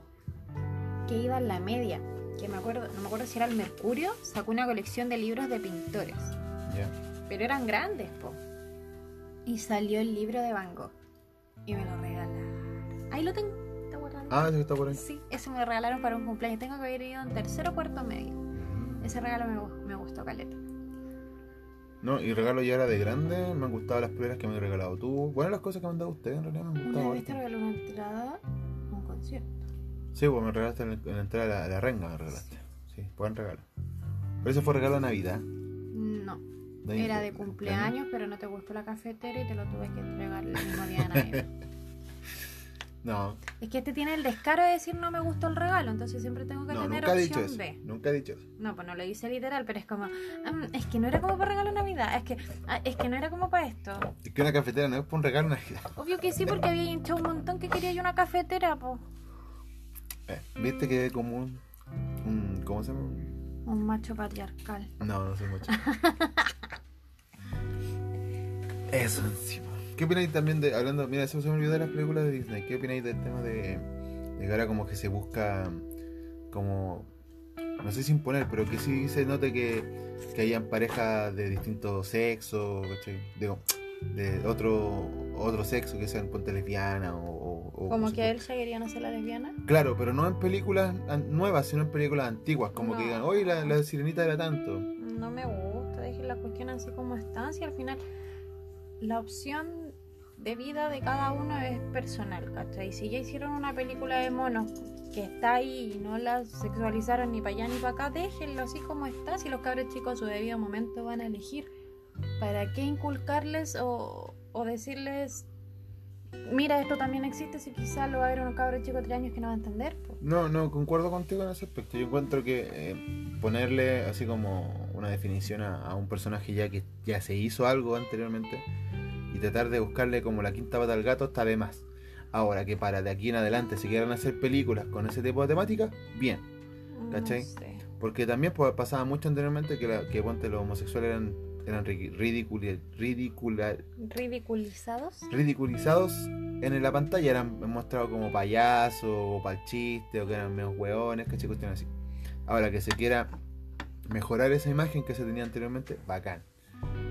que iba en la media, que me acuerdo, no me acuerdo si era el Mercurio, sacó una colección de libros de pintores,
Ya.
pero eran grandes, po. Y salió el libro de Van Gogh y me lo regalaron. Ahí lo tengo, está guardado.
Ah, ese que está por ahí.
Sí, ese me lo regalaron para un cumpleaños. Tengo que haber ido en tercero o cuarto medio. Ese regalo me, gu- me gustó, Caleta.
No, y regalo ya era de grande, me han gustado las primeras que me han regalado tú. Bueno, las cosas que me han dado ustedes en realidad me han
Una
gustado.
vez te
harto.
regaló una entrada a un concierto.
Sí, pues me regalaste en, en la entrada de la, de la renga, me regalaste. Sí, buen regalo. Pero ese fue regalo de Navidad.
No,
de-
era de cumpleaños, pero no te gustó la cafetera y te lo tuve que entregar el mismo
[laughs]
día de Navidad.
No,
Es que este tiene el descaro de decir no me gustó el regalo, entonces siempre tengo que
no,
tener
nunca he dicho
opción
eso.
B.
Nunca he dicho eso.
No, pues no lo dice literal, pero es como, "Mm, es que no era como para regalo de Navidad, es que, ah, es que no era como para esto.
Es que una cafetera no es para un regalo de Navidad. [laughs]
Obvio que sí, porque había hinchado un montón que quería yo una cafetera, po.
Eh, Viste que es como un, un- ¿Cómo se llama?
Un macho patriarcal.
No, no soy [laughs] mucho. Eso encima. ¿Qué opináis también de, hablando, mira, eso se me olvidó de las películas de Disney, ¿qué opináis del tema de, de que ahora como que se busca, como, no sé si imponer, pero que sí se note que, que hayan parejas de distinto sexo, ¿cachai? Digo, de otro otro sexo, que sean ponte lesbiana o... o- o-
Como
o-
que a él se quería hacer la lesbiana.
Claro, pero no en películas an- nuevas, sino en películas antiguas, como que
No.
digan, oye, la, la sirenita era tanto.
No me gusta, dejen la cuestión así como están, si al final la opción de vida de cada uno es personal, ¿cachai? Y si ya hicieron una película de monos que está ahí y no la sexualizaron ni para allá ni para acá, déjenlo así como está, si los cabros chicos a su debido momento van a elegir, ¿para qué inculcarles o, o decirles, mira, esto también existe, si quizás lo va a ver unos cabros chicos de tres años que no va a entender? pues. po"?
No, no, concuerdo contigo en ese aspecto. Yo encuentro que eh, ponerle así como una definición a, a un personaje ya que ya se hizo algo anteriormente y tratar de buscarle como la quinta pata al gato está de más. Ahora que para de aquí en adelante si quieran hacer películas con ese tipo de temática, bien.
No
¿Cachai?
sé.
Porque también pues, pasaba mucho anteriormente que, la- que ponte, los homosexuales eran, eran ri- ridiculi- ridicula-
Ridiculizados.
ridiculizados en la pantalla, eran mostrados como payasos o para chiste o que eran menos hueones, que cuestión así. Ahora que se quiera mejorar esa imagen que se tenía anteriormente, bacán.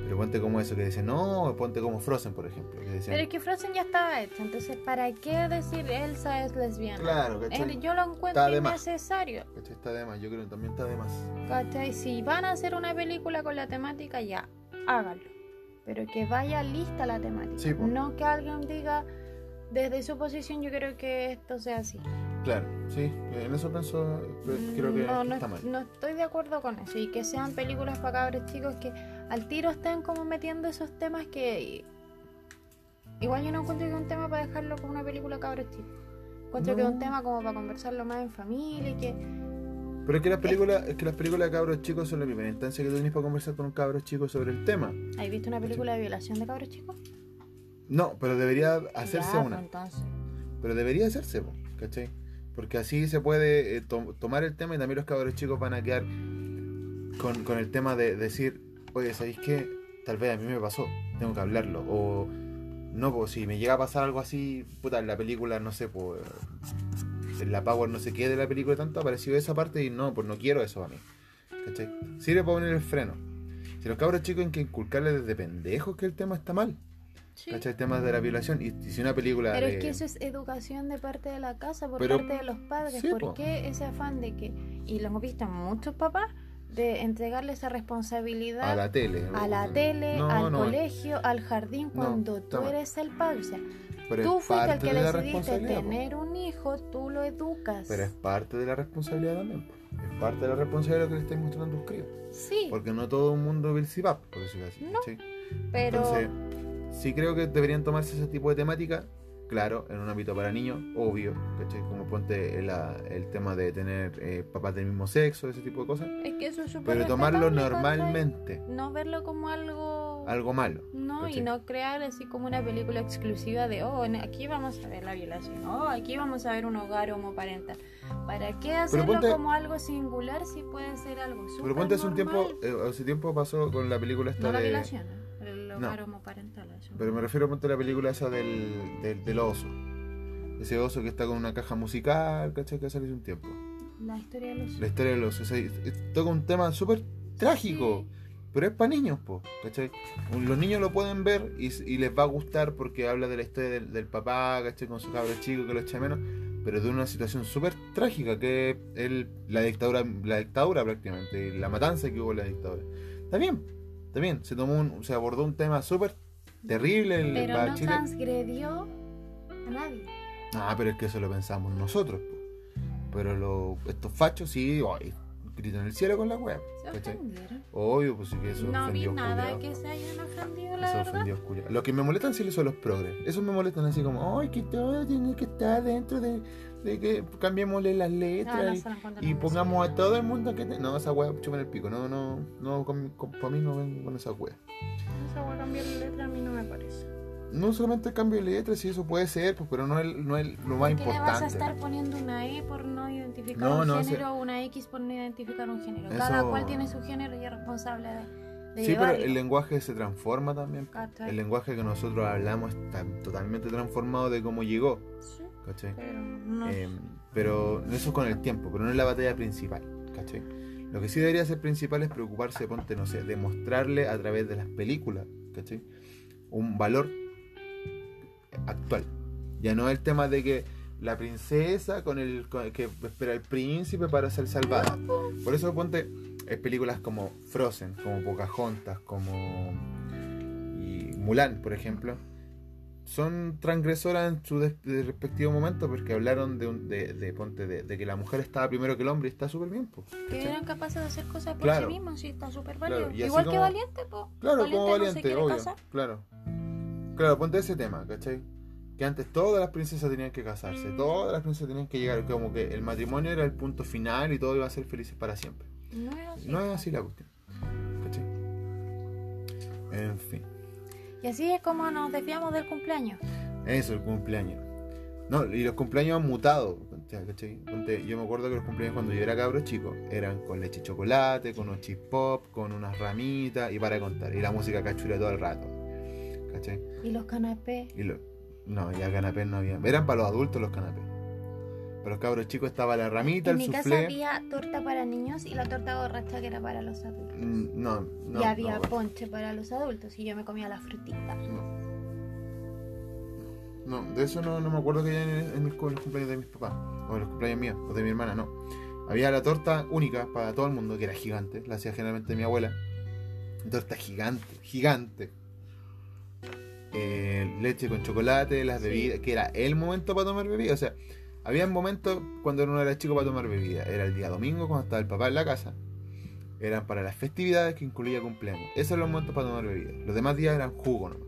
Pero ponte como eso que dicen, no, ponte como Frozen, por ejemplo. Que decían,
Pero es que Frozen ya estaba hecha, entonces ¿para qué decir Elsa es lesbiana?
claro,
Él-
¿cachai?
yo lo
Está
encuentro
de más.
innecesario.
¿Cachai? Está de más, yo creo que también está de más.
¿cachai? Si van a hacer una película con la temática, ya, háganlo. Pero que vaya lista la temática.
Sí, po.
no que alguien diga, desde su posición, yo creo que esto sea así.
Claro, sí, en eso pienso, pero Pues creo que
Mm, no, no,
está mal.
no estoy de acuerdo con eso. Y que sean películas para cabros chicos que al tiro estén como metiendo esos temas que. Igual yo no encuentro que es un tema para dejarlo como una película cabros chicos. Encuentro que es un
No.
tema como para conversarlo más en familia y que.
Pero es que las películas, es que las películas de cabros chicos son la primera instancia que tú tenés para conversar con un cabros chico sobre el tema.
¿Has visto una película de violación de cabros chicos?
No, pero debería hacerse
Ya,
una.
pues, entonces.
Pero debería hacerse, po, ¿cachai? Porque así se puede eh, to- tomar el tema y también los cabros chicos van a quedar con, con el tema de decir, oye, ¿sabéis qué? Tal vez a mí me pasó, tengo que hablarlo. O no, pues si me llega a pasar algo así, puta, en la película, no sé, pues en la Power no sé qué de la película tanto, apareció esa parte y no, pues no quiero eso a mí. ¿Cachai? Sirve para poner el freno. Si los cabros chicos hay que inculcarles desde pendejos que el tema está mal.
Sí.
¿Cachai? El tema de la violación. Y, y si una película
Pero
de-
es que eso es educación de parte de la casa, por
Pero-
parte de los padres.
Sí,
¿Por
po.
qué ese afán de que, y lo hemos visto en muchos papás, de entregarle esa responsabilidad
a la tele.
a la
no,
tele,
Mm. no,
al
no,
colegio, al jardín,
No,
cuando tú
toma.
eres el padre. O sea,
pero es
tú fuiste el
parte
que
de la
decidiste
responsabilidad, po.
tener un hijo, tú lo educas.
Pero es parte de la responsabilidad también. po. Es parte de la responsabilidad que le estáis mostrando a tus críos.
sí,
Porque no todo el mundo ve el CIPAP, por decirlo así.
No.
¿cachai?
pero
Entonces, sí creo que deberían tomarse ese tipo de temática, claro, en un ámbito para niños, obvio, ¿cachai? Como ponte la- el tema de tener eh, papás del mismo sexo, ese tipo de cosas,
es que eso es súper
pero tomarlo
respetable, ¿cachai?
normalmente,
No verlo como algo...
algo malo.
No, y
¿cachai?
no crear así como una película exclusiva de, oh, en- aquí vamos a ver la violación, oh, aquí vamos a ver un hogar homoparental. ¿Para qué hacerlo
ponte-
como algo singular si puede ser algo súper
Pero ponte hace un tiempo,
normal?
eh, hace tiempo pasó con la película esta
No la
de...
violación, ¿eh? el hogar homoparental. eso.
Pero me refiero ponte a la película esa del, del, del oso. Ese oso que está con una caja musical, ¿cachai? Que salió hace un tiempo.
La historia de los...
La historia del oso. o sea, es- toca un tema súper trágico. Pero es para niños, po, ¿cachai? Un- Los niños lo pueden ver y, s- y les va a gustar porque habla de la historia del, del papá, ¿cachai? Con su cabro chico que lo echa de menos, pero de una situación súper trágica que es el- la dictadura, la dictadura prácticamente, y la matanza que hubo en la dictadura. Está bien, está bien, se, tomó un- se abordó un tema súper terrible en-
Pero
para
no
Chile.
transgredió a nadie.
Ah, pero es que eso lo pensamos nosotros, po. Pero lo- estos fachos sí, ay, gritan en el cielo con la wea,
Se
¿cachai?
ofendieron.
Obvio, pues sí que eso
No vi
ofendió,
nada
culiao.
que se hayan ofendido, la
Eso
verdad.
ofendió a Julia. Lo que me molestan sí son los progres. Eso me molestan así como, ay, que todo tiene que estar dentro de, de que cambiémosle las
No, no
letras
se lo encuentro
y, y
en ningún
pongamos a todo el mundo que... te-". No, esa wea chupa en el pico. No, no, no, con, con- pa' mí no vengo con esa wea.
sitio. Esa hueá cambiar la letra a mí no me parece.
No solamente el cambio de letras, sí, eso puede ser, pues, pero no es, no es lo más
¿Qué le vas a
importante.
estar poniendo una E por no identificar
No,
un
no,
género
sí.
o una X por no identificar un género?
Eso-
Cada cual tiene su género y es responsable de, de
Sí, pero
llevarlo.
el lenguaje se transforma también.
¿Cachai?
El lenguaje que nosotros hablamos está totalmente transformado de cómo llegó,
Sí,
¿cachai?
pero no.
Em, pero eso es con el tiempo, pero no es la batalla principal, ¿cachai? Lo que sí debería ser principal es preocuparse, ponte, no sé, demostrarle a través de las películas, ¿cachai? Un valor actual. Ya no el tema de que la princesa con el con- que espera el príncipe para ser salvada. Por eso ponte es películas como Frozen, como Pocahontas, como y Mulan, por ejemplo, son transgresoras en su des- de- respectivo momento porque hablaron de, un- de, de, ponte, de, de que la mujer estaba primero que el hombre y está súper bien. po,
que
¿cachai?
eran capaces de hacer cosas por
Claro.
sí mismos, sí, está súper
Claro,
válido.
y así
Igual que
como-
Valiente, po.
Claro,
valiente
como
no se
valiente,
quiere
obvio.
casar.
Claro. Claro, ponte ese tema, ¿cachai? Que antes todas las princesas tenían que casarse,
Mm.
todas las princesas tenían que llegar, como que el matrimonio era el punto final y todo iba a ser felices para siempre.
No es así.
No es así la cuestión. ¿Cachai? En fin.
Y así es como nos desviamos del cumpleaños.
Eso, el cumpleaños. No, y los cumpleaños han mutado. ¿cachai? Ponte, Yo me acuerdo que los cumpleaños cuando yo era cabro chico eran con leche y chocolate, con un chip pop, con unas ramitas y para contar. Y la música cachura todo el rato. ¿Cachai?
Y los canapés.
Y lo- no, ya canapés no había. Eran para los adultos los canapés. Para los cabros chicos estaba la ramita,
En
el
mi casa
soufflé.
había torta para niños y la torta borracha que era para los adultos.
Mm, No, no.
y había
no, bueno.
ponche para los adultos y yo me comía la frutita.
No, de eso no, no me acuerdo que haya en, en mis cu- los cumpleaños de mis papás, o en los cumpleaños míos, o de mi hermana, no. Había la torta única para todo el mundo, que era gigante, la hacía generalmente mi abuela. Torta gigante, gigante. Eh, leche con chocolate, las bebidas, que era el momento para tomar bebida. O sea, había momentos cuando uno era chico para tomar bebida. Era el día domingo cuando estaba el papá en la casa. Eran para las festividades que incluía cumpleaños. Esos eran los momentos para tomar bebida. Los demás días eran jugo nomás.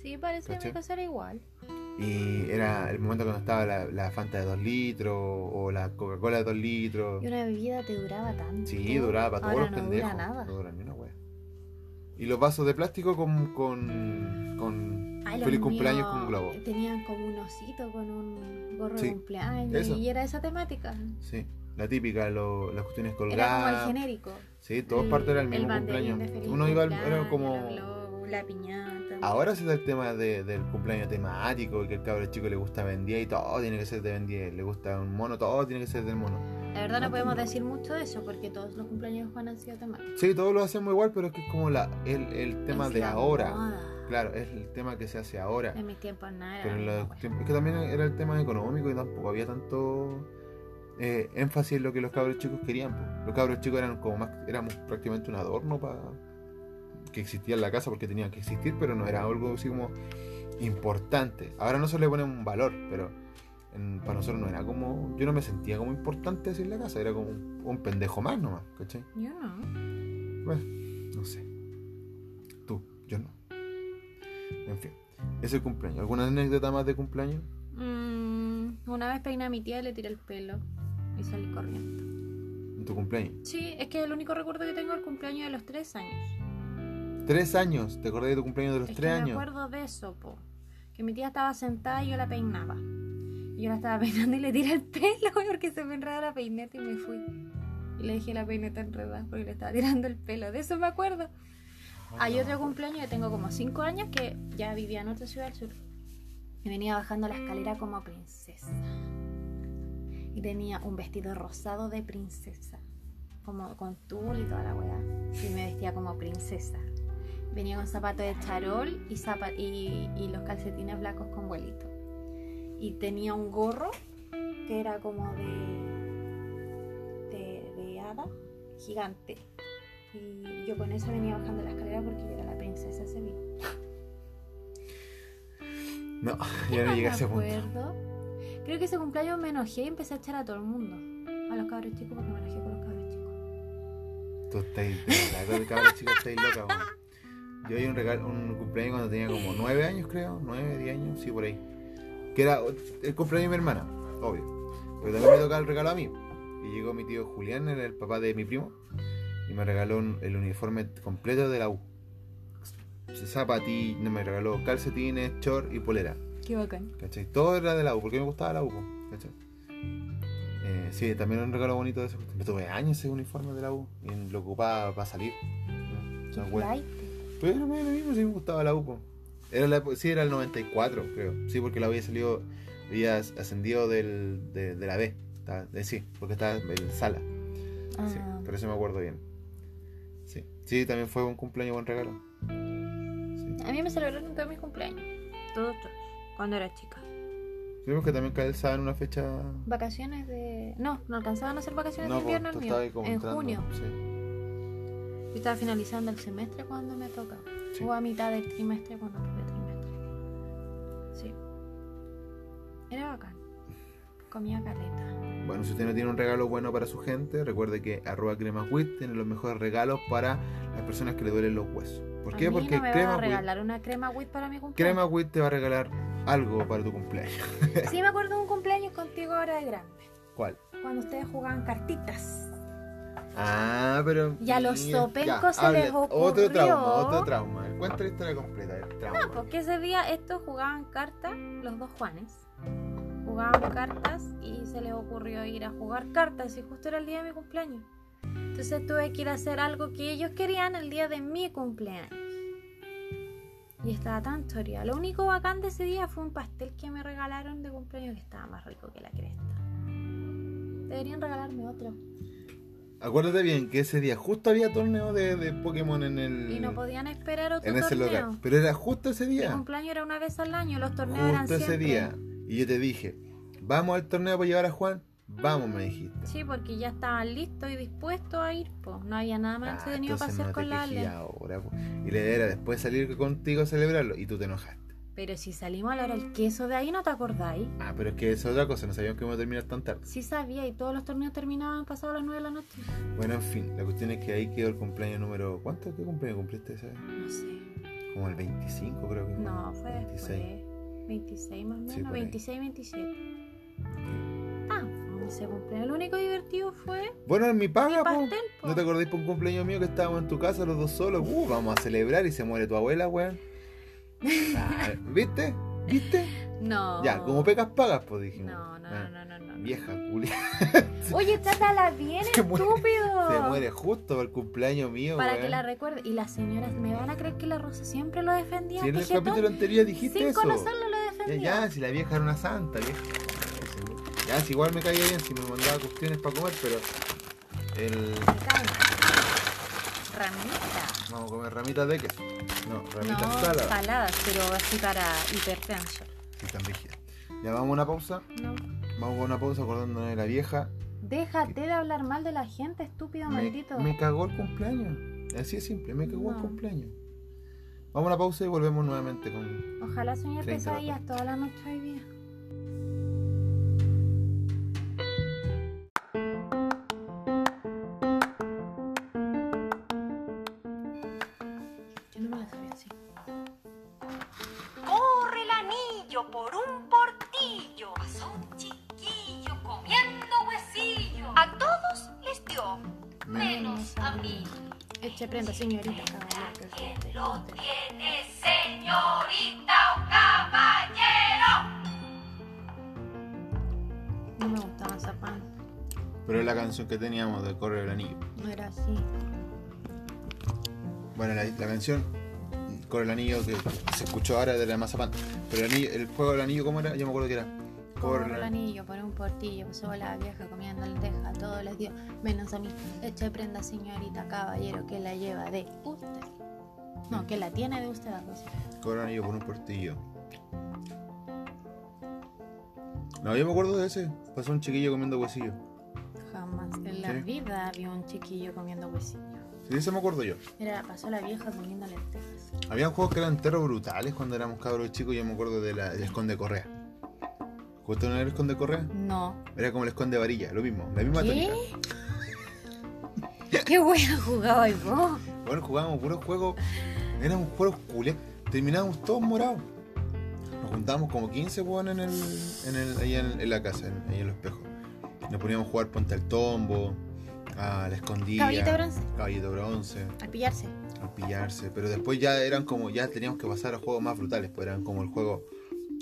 Sí, parece que
¿Cachai?
mi casa era igual.
Y era el momento cuando estaba la, la Fanta de 2 litros o la Coca-Cola de 2 litros.
Y una bebida te duraba tanto.
Sí, duraba para todos los
Ahora no
pendejos.
Dura nada.
No dura ni una wea. Y los vasos de plástico con. con. con
Ay, los
feliz cumpleaños
míos
con globo.
Tenían como un osito con un gorro
Sí,
de cumpleaños.
eso.
Y era esa temática.
Sí. La típica, lo- las cuestiones
Era como el
colgadas.
genérico.
Sí, todos
El-
parten del mismo
banderín
cumpleaños.
de feliz
Uno iba al, era
cumpleaños,
como.
el globo, la piñata.
Ahora se da el tema de- del cumpleaños temático, que el cabro chico le gusta Ben 10 y todo tiene que ser de Ben 10. Le gusta un mono, todo tiene que ser del mono.
La verdad no podemos decir mucho de eso porque todos los cumpleaños de Juan han sido temáticos.
Sí, todos lo hacemos igual, pero es que es como la, el, el tema
Es
de
la
ahora.
moda.
Claro, es el tema que se hace ahora.
En mis tiempos nada era
Pero en
la
los
misma wea.
tiempos- es que también era el tema económico y tampoco había tanto eh, énfasis en lo que los cabros chicos querían. po. Los cabros chicos eran como más, éramos prácticamente un adorno para que existía en la casa porque tenían que existir, pero no era algo así como importante. Ahora nosotros le ponemos un valor, pero en- para nosotros no era como, yo no me sentía como importante así en la casa, era como un, un pendejo más nomás, ¿cachai?
Yo no.
Bueno, no sé. Tú, yo no. En fin, ese cumpleaños. ¿Alguna anécdota más de cumpleaños?
Mm, una vez peiné a mi tía y le tiré el pelo y salí corriendo.
En tu cumpleaños.
Sí, es que el único recuerdo que tengo es el cumpleaños de los tres años.
Tres años. ¿Te acordás de tu cumpleaños de los
Es
tres
que me
años?
acuerdo de eso, po. Que mi tía estaba sentada y yo la peinaba. Y yo la estaba [laughs] peinando y le tiré el pelo porque se me enredaba la peineta y me fui. Y le dejé la peineta enredada porque le estaba tirando el pelo. De eso me acuerdo. Hay otro cumpleaños que tengo como cinco años que ya vivía en otra ciudad del sur. Y venía bajando la escalera como princesa. Y tenía un vestido rosado de princesa. Como con tul y toda la weá. Y me vestía como princesa. Venía con zapatos de charol y, zapa- y, y los calcetines blancos con vuelito. Y tenía un gorro que era como de, de, de hada gigante. Y yo con eso venía bajando la escalera porque yo era la princesa ese día.
No, [laughs] ya no
me
llegué a ese punto.
acuerdo. Creo que ese cumpleaños me enojé y empecé a echar a todo el mundo. A los cabros chicos porque me enojé con los cabros chicos.
Tú estás de verdad, con- cabrón, chico, estáis loca, weón. Yo hay un regalo, un cumpleaños cuando tenía como nueve años, creo, nueve, diez años, sí, por ahí. Que era el cumpleaños de mi hermana, obvio. Pero también me tocaba el regalo a mí. Y llegó mi tío Julián, era el papá de mi primo, y me regaló un- el uniforme completo de la U. Zapatí, no, me regaló calcetines, short y polera.
Qué bacán.
¿Cachai? Todo era de la U, porque me gustaba la U, po, ¿cachai? Eh, sí, también era un regalo bonito de ese. Me tuve años ese uniforme de la U y lo ocupaba para salir.
Qué
No, Ah, bueno.
flight.
Pero me da lo mismo, sí me gustaba la U, po. Era la, epo- sí, era el 94, creo. Sí, porque la U había salido, había as- ascendido del, de, de la B. Estaba- eh, sí, porque estaba en sala. Sí,
Ah.
por eso me acuerdo bien. Sí, sí también fue un cumpleaños, buen regalo. Sí.
A mí me celebraron todos mis cumpleaños. Todos, todos. Cuando era chica.
Vimos que también calzaba en una fecha
Vacaciones de. No, no alcanzaban a hacer vacaciones de invierno
pues,
el
tú
mío.
estabas ahí como
En
entrando,
junio.
sí.
Yo estaba finalizando el semestre cuando me toca.
Sí.
O a mitad del trimestre cuando tuve trimestre. Sí. Era bacán. Comía caleta.
Bueno, si usted no tiene un regalo bueno para su gente, recuerde que arroba cremaswit tiene los mejores regalos para las personas que le duelen los huesos. ¿Por qué?
a mí
Porque
no me van a
crema
regalar una crema wheat para mi cumpleaños.
Cremawit te va a regalar algo para tu cumpleaños.
Sí, me acuerdo de un cumpleaños contigo ahora de grande.
¿Cuál?
Cuando ustedes jugaban cartitas.
Ah, pero.
Y a los
mira,
sopencos
ya,
se les
habla-
ocurrió- pues.
Otro trauma, otro trauma. Cuenta la historia completa del trauma.
Porque ese día estos jugaban cartas, los dos Juanes. Jugaban cartas y se les ocurrió ir a jugar cartas y justo era el día de mi cumpleaños. Entonces tuve que ir a hacer algo que ellos querían el día de mi cumpleaños. Y estaba tan choreada. Lo único bacán de ese día fue un pastel que me regalaron de cumpleaños que estaba más rico que la cresta. Deberían regalarme otro.
Acuérdate bien que ese día justo había torneo de, de Pokémon en el.
Y no podían esperar otro
en ese
torneo.
lugar. Pero era justo ese
Mi
día.
cumpleaños era una vez al año, los torneos eran
justo
siempre.
ese día. Y yo te dije, vamos al torneo para llevar a Juan. Vamos, me dijiste.
Sí, porque ya estaban listos y dispuestos a ir, pues. No había nada más
Ah,
entretenido para
entonces
hacer
no te
con la
quejí
Ale.
ahora, po. Y la idea era después salir contigo a celebrarlo. Y tú te enojaste.
Pero si salimos a la hora del queso de ahí, ¿no te acordáis?
Ah, pero es que es otra cosa. No sabíamos que íbamos a terminar tan tarde.
Sí sabía y todos los torneos terminaban pasados las 9 de la noche.
Bueno, en fin. La cuestión es que ahí quedó el cumpleaños número... ¿Cuánto? ¿Qué cumpleaños cumpliste? ¿sabes?
No sé.
Como el 25 creo que fue.
No, fue
26.
después. 26 más o menos,
Sí, por ahí.
26, 27. Ah, fue ese cumpleaños. Lo único divertido fue
Bueno, en mi paga,
mi
po.
pastel, po.
pues. ¿No te acordáis por un cumpleaños mío que estábamos en tu casa los dos solos? Uh,
[laughs]
vamos a celebrar y se muere tu abuela, weón. Ah, ¿Viste? ¿Viste?
No.
Ya, como pecas pagas, pues dijimos.
No, no,
Ah,
no, no, no, no, no.
Vieja culia. [laughs]
Oye, trátala bien,
Se muere- [laughs]
estúpido.
Se muere justo para el cumpleaños mío.
Para
weón.
que la recuerde. Y las señoras me van a creer que la Rosa siempre lo defendía.
Si en el
porque
capítulo anterior dijiste
sin
eso.
conocerlo lo
Ya,
defendía.
ya, si la vieja era una santa, vieja. Ya, si igual me caía bien, si me mandaba cuestiones para comer, pero. El.
Calma. Ramita.
Vamos a comer ramitas de queso. No, ramitas
No,
saladas.
saladas, pero así para hipertenso.
Sí, tan rígidas. Ya vamos a una pausa.
No.
Vamos a una pausa acordándonos de la vieja.
Déjate de hablar mal de la gente, estúpido
Me,
maldito.
me cagó el cumpleaños. Así es simple, me cagó el
No.
cumpleaños. Vamos a una pausa y volvemos nuevamente con.
Ojalá soñar
Treinta
pesadillas toda la noche hoy día. Yo no me la sabía así.
Corre el anillo por un portillo. Pasó un chiquillo comiendo huesillo. A todos les dio, menos a mí.
Eche prenda, señorita.
¿Quién lo tiene, señorita o caballero?
No me gustaba esa pan.
Pero es la canción que teníamos de Corre el Anillo.
No era así.
Bueno, la, la canción Corre el Anillo que se escuchó ahora de la Mazapán. Pero el, anillo- el juego del anillo, ¿cómo era? Yo me acuerdo que era.
Corro
Corre-
el anillo por un portillo, pasó la vieja comiendo lenteja, todos les dio, menos a mí. Eche prenda, señorita caballero, que la lleva de usted. No, que la tiene de usted, algo así.
Corre el anillo por un portillo. No, yo me acuerdo de ese. Pasó un chiquillo comiendo huesillo.
Jamás en la
Sí.
vida había un chiquillo comiendo huesillo.
Sí, ese me acuerdo yo.
Era, pasó la vieja comiendo lentejas.
Había juegos que eran terror brutales cuando éramos cabros chicos. Yo me acuerdo de la, del Esconde Correa. ¿Justo no era el Esconde Correa?
No.
Era como el Esconde Varilla, lo mismo, la misma
¿Qué?
tónica.
¿Qué wea jugaba y vos?
Bueno, jugábamos puros juegos. Éramos juegos culés. Terminábamos todos morados. Nos juntábamos como 15 hueones en el, en el, ahí en, en la casa, en, ahí en los espejos. Nos poníamos a jugar Ponte al Tombo, a la escondida.
Caballito bronce.
Caballito bronce,
Al pillarse.
a pillarse. Pero después ya eran como, ya teníamos que pasar a juegos más brutales. Pues eran como el juego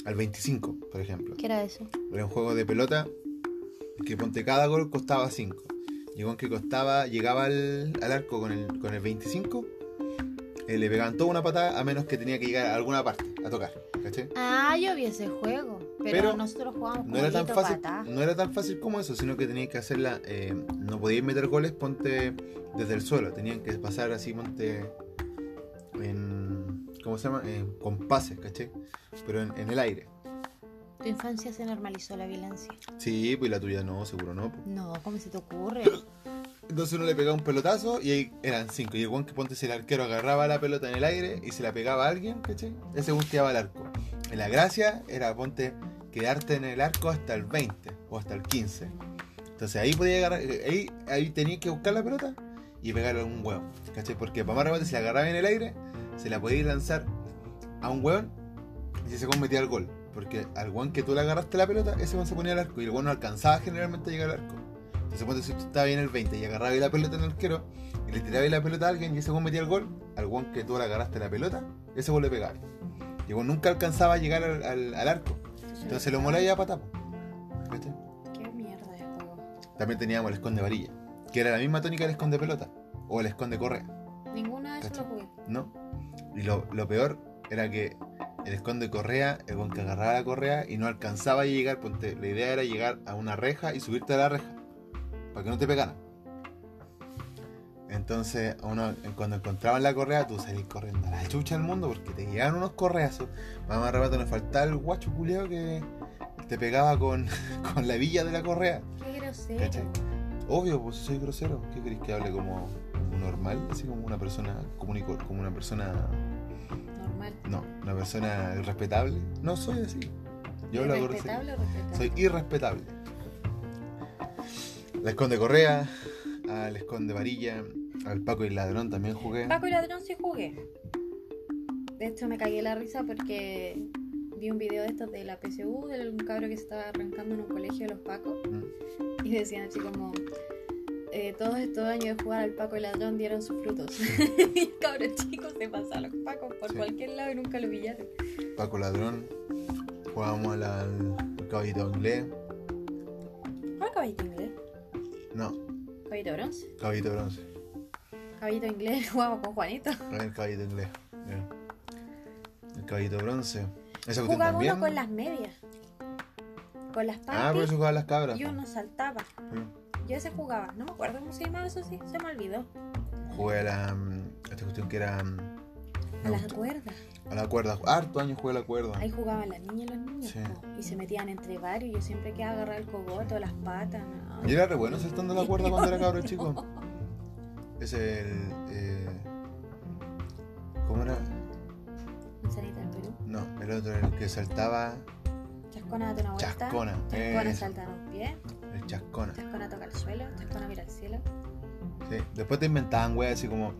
al 25, por ejemplo.
¿Qué era eso?
Era un juego de pelota que ponte cada gol costaba 5. Y con que costaba, llegaba al, al arco con el, con el 25, eh, le pegaban toda una patada a menos que tenía que llegar a alguna parte a tocar. ¿Cachai?
Ah, yo vi ese juego. Pero,
Pero
nosotros jugábamos
No era, tan
jueguito
fácil, Mm.
patá.
no era tan fácil como eso, sino que tenías que hacerla. eh, no podías meter goles, ponte desde el suelo. Tenían que pasar así, ponte. En, ¿Cómo se llama? Eh, con pases, ¿cachai? Pero en, en el aire.
Tu infancia se normalizó la violencia.
Sí, pues la tuya no, seguro no. pues.
No, ¿cómo se te ocurre?
Entonces uno le pegaba un pelotazo y ahí eran cinco. Y el guan que ponte si el arquero agarraba la pelota en el aire y se la pegaba a alguien, ¿cachai? Ese gusteaba el arco. Y la gracia era ponte quedarte en el arco hasta el 20 o hasta el 15. Entonces ahí podía agarrar, ahí, ahí tenías que buscar la pelota y pegarle a un hueón, ¿cachai? Porque para más remate si la agarraba en el aire, se la podía lanzar a un hueón y ese guan metía el gol. Porque al guan que tú le agarraste la pelota, ese guan se ponía al arco y el guan no alcanzaba generalmente a llegar al arco. Entonces, ponte si tú estabas ahí en el 20 y agarrabas la pelota en el arquero y le tirabas la pelota a alguien y ese gol metía el gol, al guan que tú le agarraste la pelota, ese gol le pegaba. Y el weón nunca alcanzaba a llegar al, al- al arco. Entonces lo molaba y a patapo. ¿Viste?
Qué mierda de juego.
También teníamos el esconde varilla, que era la misma tónica del esconde pelota o el esconde correa,
Ninguna de esas
¿Cachai?
lo jugué.
¿no? Y lo, lo peor era que el esconde correa, el guan que agarraba la correa y no alcanzaba a llegar, ponte, la idea era llegar a una reja y subirte a la reja para que no te pegaran. Entonces, uno, cuando encontraban la correa, tú salís corriendo a la chucha del mundo porque te llegaban unos correazos. Mamá de rato nos faltaba el guacho culeo que te pegaba con, [laughs] con la villa de la correa.
Qué
¿Cachai?
grosero.
Obvio, pues si soy grosero. ¿Qué queréis que hable como, como normal? Así como una persona común y cor- como una persona.
Normal.
No, una persona respetable. No soy así. Yo hablo grosero.
¿Respetable o respetable?
Soy irrespetable. La esconde correa, al esconde varilla, al Paco y el ladrón también jugué.
Paco y Ladrón sí jugué. De hecho, me cagué la risa porque vi un video de estos de la PSU, de un cabro que se estaba arrancando en un colegio de los Pacos.
Mm.
Y decían así como: eh, Todos estos años de jugar al Paco y Ladrón dieron sus frutos. [laughs] y el cabro chico se pasó a los Pacos por
Sí.
cualquier lado y nunca lo pillaron.
Paco ladrón. Jugábamos al, al caballito inglés.
¿Cuál caballito inglés?
No,
Caballito bronce.
caballito bronce.
Caballito inglés [laughs] jugamos con Juanito.
A ver, El caballito inglés. ya. El caballito bronce. ¿Esa cuestión
Jugaba
también?
uno con las medias. Con las patas.
Ah, por eso jugaban las cabras.
Y uno saltaba.
Mm.
Yo ese jugaba. No me acuerdo cómo se llamaba eso, sí. Se me olvidó.
Jugué a la. mm, Esta cuestión que era. mm,
A
me
las
gustó. Ah.
cuerdas.
A la cuerda. Harto año jugué a la cuerda.
Ahí jugaban las niñas y los niños.
Sí.
po, Y se metían entre varios. Yo siempre quedaba agarrar el cogoto, las patas. no.
Yo era re bueno saltando la cuerda cuando era cabro chico. Es el. eh, ¿Cómo era?
Manzanita del Perú.
No, el otro, el que saltaba.
Chascona date una vuelta.
Chascona,
Chascona
eso.
salta a un pie.
El chascona.
Chascona toca el suelo. Chascona mira al cielo.
Sí. Después te inventaban, güey, así como.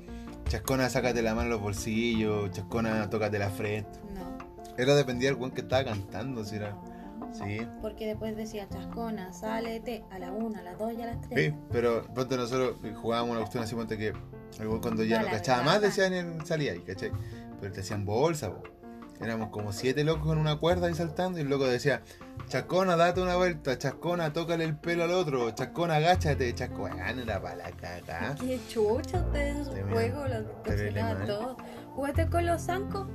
Chascona, sácate la mano en los bolsillos. Chascona, tócate la frente.
No.
Era dependía del güey que estaba cantando, si era. Sí.
Porque después decía chascona, sálete a la una, a las dos y a las tres.
Sí, pero pronto nosotros jugábamos una cuestión así, ponte que el güey cuando ya
No,
no
la
cachaba
verdad,
más,
va.
decían en salía ahí, ¿cachai? Pero te hacían bolsa, po. Éramos como siete locos en una cuerda ahí saltando y el loco decía, chascona, date una vuelta, chascona, tócale el pelo al otro, chascona, agáchate, chascona, era para la caca.
Ah. Qué chucha ustedes
Tremendo.
en su juego, lo
Terrible ¿eh?
tocaban
mal.
todo. ¿Jugaste con los zancos?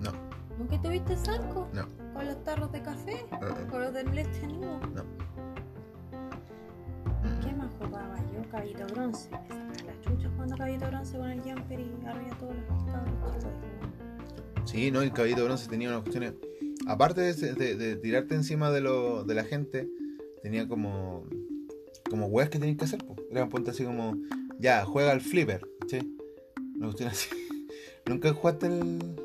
No,
¿Nunca tuviste zancos?
no,
¿Con los tarros de café?
Uh-uh.
¿Con los de leche no?
no.
¿Qué más jugaba yo? Caballito bronce. Me sacaba las chuchas jugando caballito bronce con el jumper y arriba todos los cabros chicos.
Sí, no, el caballito bronce tenía unas cuestiones. Aparte de, ese- de- de tirarte encima de, lo, de la gente, tenía como. como weas que tenías que hacer, po. Era ponte así como. Ya, juega al flipper, ¿sí? Una cuestión así. [laughs] Nunca jugaste el.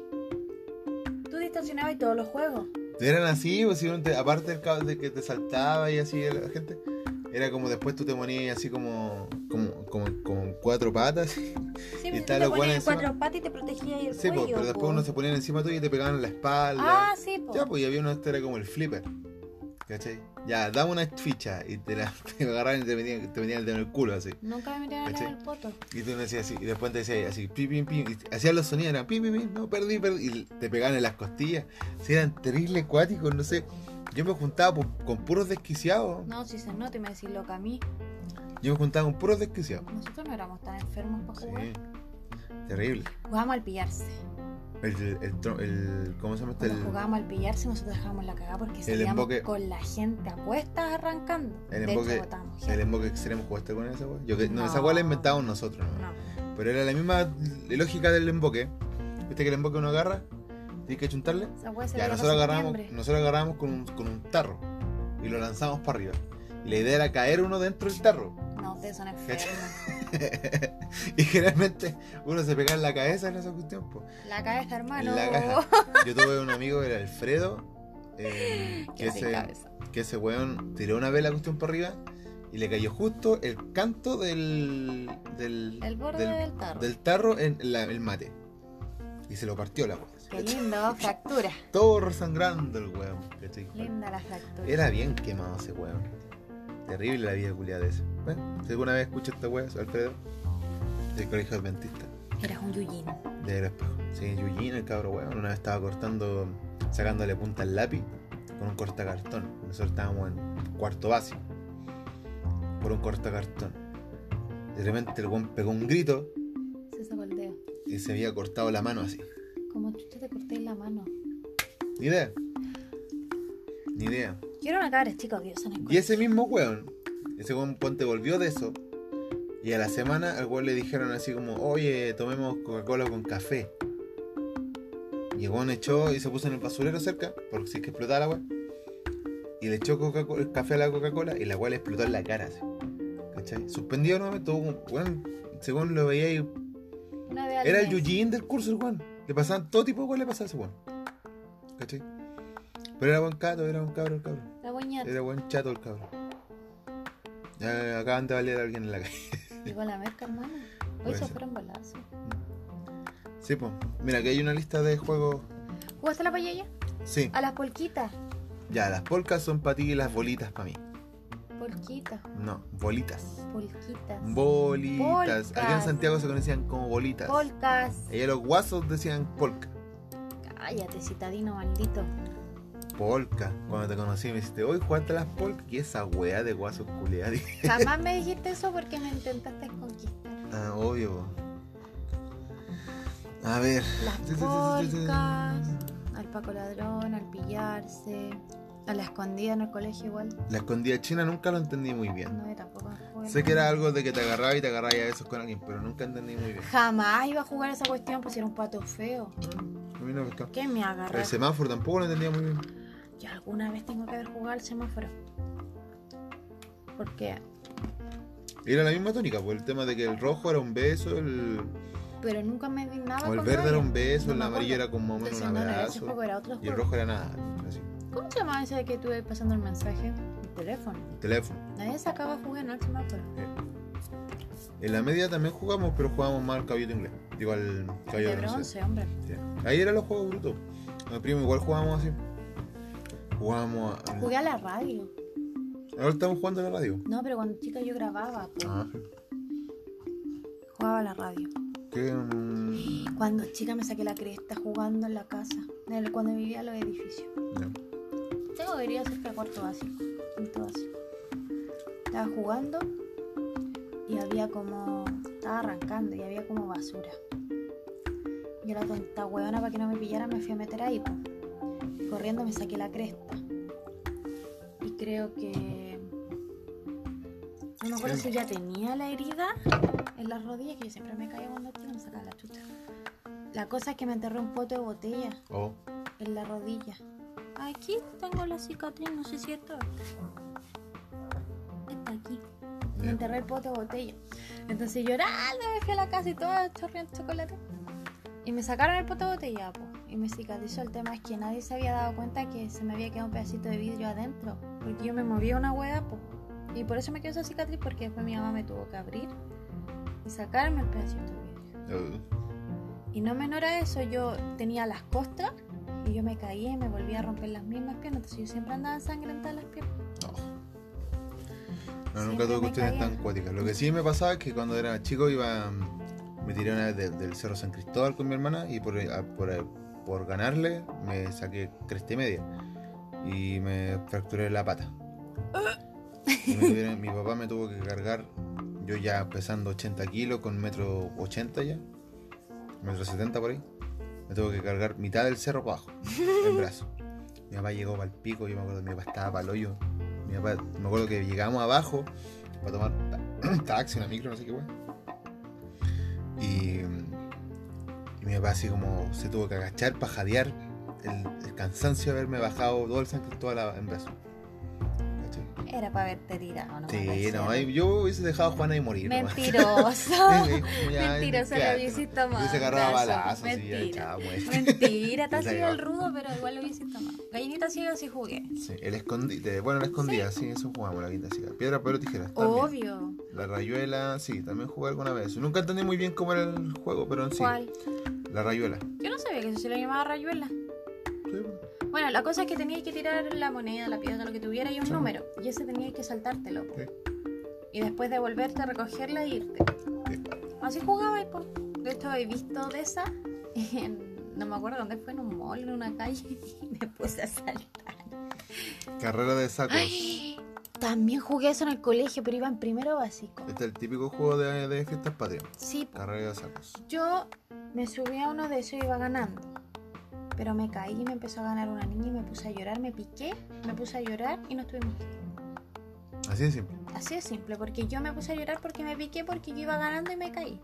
Tú distorsionabas todos los juegos.
Eran así, pues, si uno te- aparte del cab- de que te saltaba y así la gente. Era como después tú te ponías así como. como, como, con cuatro patas. [laughs]
Sí,
Y
pues, tú
tal,
te
los
ponías
buenos
en cuatro
encima.
patas y te protegía ahí el
Sí, po,
cuello.
pero después
po.
uno se ponían encima tuyo y te pegaban en la espalda.
Ah, sí, po.
Ya, pues, y había uno, este era como el flipper. ¿Cachai? Ya, dame una ficha y te la [laughs] te agarraban y te metían, te metían el dedo en el culo así.
Nunca me metieron en
¿Cachai?
el poto.
Y tú decías así, y después te decías así, pim, pim, pim. y hacían los sonidos, eran pim, pim, pim, no, perdí, perdí. Y te pegaban en las costillas. Si eran terribles cuáticos, no sé. Yo me juntaba po- con puros desquiciados.
No, si se nota y me decís loca a mí.
Yo me juntaba con puros desquiciados.
Nosotros no éramos tan enfermos para
Sí.
jugar.
Terrible.
Jugábamos al pillarse.
El, el, tro- el- ¿Cómo se llama este?
Cuando
El-
jugábamos al pillarse, nosotros dejábamos la cagada porque salíamos
emboque-
con la gente a cuestas arrancando.
El
de
emboque-
hecho, botamos
El
gente.
emboque extremo, ¿jugaste con esa weá? Yo que- No, esa
No.
weá la inventamos nosotros, ¿no?
No.
Pero era la misma lógica del emboque. ¿Viste que el emboque uno agarra? Tienes que chuntarle.
Esa hueá se
Ya,
veía
nosotros
para
agarramos,
septiembre.
nosotros agarramos con un, con un tarro y lo lanzamos para arriba. Y la idea era caer uno dentro del tarro. [laughs]
No, ustedes son enfermos.
y generalmente uno se pegaba en la cabeza en esa cuestión. po.
La cabeza, hermano.
En la
[laughs]
caja. Yo tuve un amigo, era Alfredo,
[laughs]
eh, que,
Yo sin
ese,
cabeza.
que ese weón tiró una vez la cuestión para arriba y le cayó justo el canto del. del
El borde del tarro.
del tarro en la- el mate. Y se lo partió la weón.
Qué lindo, fractura.
Todo resangrando el weón. ¿cachai?
Linda la fractura.
Era bien quemado ese weón. Terrible la vida culiada de ese. Bueno, si alguna vez escuchas esta weón, Alfredo, del colegio adventista.
Eras un Yuyin.
De Era Espejo. Sí, Yuyin, el cabro weón. Una vez estaba cortando, sacándole punta al lápiz con un cortacartón. Nosotros estábamos en cuarto básico. Por un cortacartón. De repente el weón pegó un grito
Se sacó el dedo.
y se había cortado la mano así.
Como chucha te corté la mano.
Ni idea. Ni idea.
Yo era una cabra, chicos, que yo son
Y ese mismo weón, ese weón ponte volvió de eso. Y a la semana al weón le dijeron así como, oye, tomemos Coca-Cola con café. Y el weón echó y se puso en el basurero cerca, porque si es que explotaba la weón. Y le echó Coca-Cola- el café a la Coca-Cola y la weón le explotó en la cara. así. ¿Cachai? Suspendido nuevamente, tuvo un- weón, según lo veía ahí,
Una vez al
era el
mes.
Yuyin del curso, el weón. Le pasaban todo tipo de weón, le pasaba a ese weón. ¿Cachai? Pero era buen cato, era un cabro, el cabro.
La boñata.
Era buen chato el cabrón. Ya acaban de valer a alguien en la calle. [laughs]
Llegó la merca, hermano. Hoy
Puede
se
ser.
fueron balazos.
Sí, pues. Mira, aquí hay una lista de juegos.
¿Jugaste a la payaya?
Sí.
A las polquitas.
Ya, las polcas son para ti y las bolitas para mí.
Polquitas,
No, bolitas.
polquitas.
Bolitas.
Polcas.
Allá en Santiago se conocían como bolitas.
Polcas.
Allá los guasos decían polca.
Cállate, citadino maldito.
polcas. Cuando te conocí me dijiste, hoy jugaste a las polcas. Y esa weá de guasos culiados. [laughs]
Jamás me dijiste eso porque me intentaste conquistar.
Ah, obvio. po. A ver.
Las polcas, al Paco Ladrón, al pillarse, a la escondida en el colegio igual.
La escondida china nunca lo entendí muy bien.
No era tampoco a jugar.
Sé que era algo de que te agarraba y te agarraba a esos con alguien, pero nunca entendí muy bien.
Jamás iba a jugar esa cuestión, pues era un pato feo.
A mí no me pescaba.
¿Qué me agarra?
El semáforo tampoco lo entendía muy bien.
Yo alguna vez tengo que haber jugado al semáforo. Porque.
Era la misma tónica, pues el tema de que el rojo era un beso, el,
Pero nunca me di nada
o el
con
verde era
nadie.
un beso,
No
el
me
amarillo
acuerdo.
era como más o menos un
Entonces, no, no, ese
abrazo
juego era otro
y el
juego.
rojo era nada. Así.
¿Cómo se llamaba ese de que estuve pasando el mensaje? El teléfono.
El teléfono.
Nadie sacaba jugué, no el semáforo.
En la media también jugamos, pero jugábamos más al caballito inglés. Digo, al caballito
de bronce, hombre.
Sí. Ahí eran los juegos brutos. Los primos igual jugábamos así. Jugábamos a... eh,
Jugué a la radio.
Ahora estamos jugando a la radio.
No, pero cuando chica yo grababa, pues,
Ah, sí.
jugaba a la radio.
Que, mm,
Cuando chica me saqué la cresta jugando en la casa, en el- cuando vivía en los edificios.
ya.
Tengo que ir cerca de cuarto básico, quinto básico. Estaba jugando y había como. Estaba arrancando y había como basura. Yo la tonta huevona para que no me pillara me fui a meter ahí. po. Corriendo me saqué la cresta. Y creo que. No me acuerdo
Sí.
si ya tenía la herida en las rodillas, que yo siempre me caía cuando chica, me sacaba la chucha. La cosa es que me enterré un pote de botella
Oh.
en la rodilla. Aquí tengo la cicatriz, no sé si esto está aquí. Me
Ya.
enterré el pote de botella. Entonces llorando me fui a la casa y toda chorreando chocolate. Y me sacaron el pote de botella, po, y me cicatrizó. El tema es que nadie se había dado cuenta que se me había quedado un pedacito de vidrio adentro. Porque yo me movía una hueá, po. Y por eso me quedó esa cicatriz, porque después mi mamá me tuvo que abrir y sacarme el pedacito de vidrio.
Eh,
Y no menor a eso, yo tenía las costas y yo me caí y me volví a romper las mismas piernas. Entonces yo siempre andaba ensangrentada las piernas.
No,
Siempre
nunca tuve
me
cuestiones
caía.
tan cuáticas. Lo que sí me pasaba es que cuando era chico iba. mm, Me tiré una vez del, del Cerro San Cristóbal con mi hermana y por, eh, a- por, por ganarle me saqué cresta y media. Y me fracturé la pata. Y me tuvieron- mi papá me tuvo que cargar, yo ya pesando 80 kilos, con metro 80 ya, metro 70 por ahí. Me tuvo que cargar mitad del cerro para abajo, el brazo. Mi papá llegó para el pico, yo me acuerdo, mi papá estaba para el hoyo. Mi papá, me acuerdo que llegamos abajo para tomar ta- [coughs] taxi, una micro, no sé qué, weón. Y, mm, y mi papá así como se tuvo que agachar para jadear el, el cansancio de haberme bajado todo el San Cristóbal a- en brazo. ¿Cachai?
Era para verte tirado, ¿no?
Sí, no, ahí- yo hubiese dejado a Juana y morir. nomás. [laughs]
Mentiroso.
Como ya,
Mentiroso,
ya,
lo hubiese tomado.
Hubiese agarrado a balazos y ya,
Mentira.
chao, pues. muerto.
Mentira, te ha
Ya
sido el
iba.
rudo, pero igual lo hubiese tomado. Gallinita ciega sí jugué.
Sí, el escondite, bueno, la escondida, sí, eso jugamos, la quinta ciudad. Piedra, papel o tijeras.
Oh,
también.
Obvio.
La rayuela, sí, también jugué alguna vez. Nunca entendí muy bien cómo era el juego, pero en sí.
¿Cuál?
La rayuela.
Yo no sabía que eso se lo llamaba rayuela.
Sí,
Bueno, la cosa es que tenías que tirar la moneda, la piedra, lo que tuviera y un
Sí.
número. Y ese tenías que saltártelo. po.
Sí.
Y después de volverte a recogerla e irte.
Sí.
Así jugaba y po. De hecho, he visto de esa. en- no me acuerdo dónde fue, en un mall, en una calle. [laughs] Y me puse a saltar. ¡Ah!
Carrera de sacos.
También jugué eso en el colegio, pero iba en primero básico.
Este es el típico juego de, de fiestas patrias.
Sí, po.
Carrera de sacos.
Yo me subí a uno de esos y iba ganando. Pero me caí y me empezó a ganar una niña y me puse a llorar, me piqué, me puse a llorar y no estuvimos
Así de simple.
Así de simple, porque yo me puse a llorar porque me piqué porque yo iba ganando y me caí.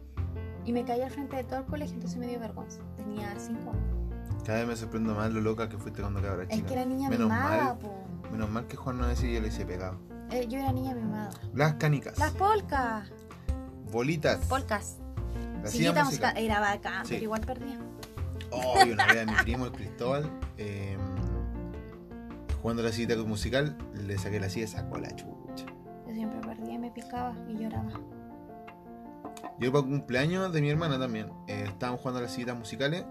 Y me caí al frente de todo el colegio, entonces me dio vergüenza. Tenía 5 años.
Cada vez me sorprendo más lo loca que fuiste cuando cabra chica.
Es que era niña
menos
mimada,
mal,
po.
menos mal que Juan no decía y yo le hice pegado.
Eh, yo era niña mimada.
Las canicas.
Las polcas.
Bolitas.
Polcas.
La silla
Sillita
musical.
musical. Era bacán,
Sí.
pero igual perdía.
Oh, y una vez a mi primo, el Cristóbal, eh, jugando la sillita musical, le saqué la silla y sacó la chucha.
Yo siempre perdía y me picaba y lloraba.
Yo para cumpleaños de mi hermana también, eh, estaban jugando las sillitas musicales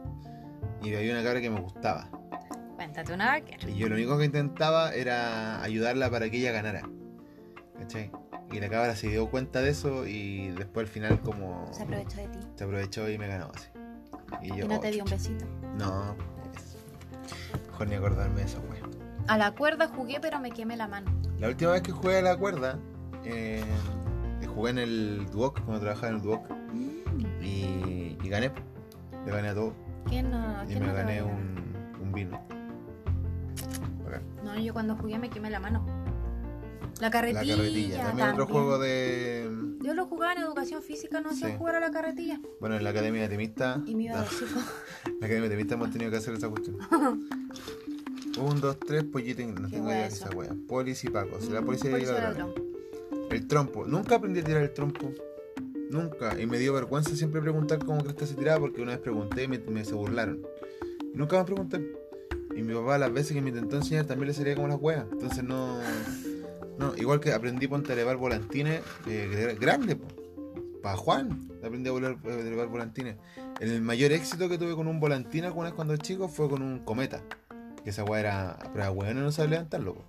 y había una cabra que me gustaba.
Cuéntate una vaquera.
Y yo lo único que intentaba era ayudarla para que ella ganara. ¿Cachai? Y la cabra se dio cuenta de eso y después al final como
Se aprovechó de ti.
se aprovechó y me ganó así. Y yo...
Y no
oh,
te dio un
chucha.
besito.
No, pues. Mejor ni acordarme de esa wea.
A la cuerda jugué, pero me quemé la mano.
La última vez que jugué a la cuerda, eh, jugué en el Duoc, cuando trabajaba en el Duoc, Mm. y, y gané. Le gané a todo.
¿Quién no?
Y
Ah, ¿Quién
me
no te
gané
va a ganar?
un, un vino. Bacán.
No, yo cuando jugué me quemé la mano. La carretilla.
La carretilla. También otro juego de.
Yo lo jugaba en educación física, no hacía
Sí. Ah,
jugar a la carretilla.
Bueno, en la Academia de Temista.
Y me iba a
no,
decir,
en la Academia de Temista hemos tenido que hacer esa
[laughs]
cuestión. un, dos, tres, pollito. No
Qué Mm,
tengo
wea
idea de
eso.
esa wea. Polis y Paco. [laughs]
[laughs]
Si la policía llega
Policía y
a
ladrón.
El trompo. Nunca aprendí a tirar el trompo. Nunca. Y me dio vergüenza siempre preguntar cómo Cresta se tiraba porque una vez pregunté y me, me se burlaron. Nunca más pregunté. Y mi papá las veces que me intentó enseñar también le salía como las huevas. Entonces no... No, igual que aprendí ponte a elevar volantines eh, gr- grandes. Para Juan. Aprendí a volar- a elevar volantines. El mayor éxito que tuve con un volantín alguna vez cuando chico fue con un cometa. Que esa hueá era... Pero bueno, no sabía levantarlo. po.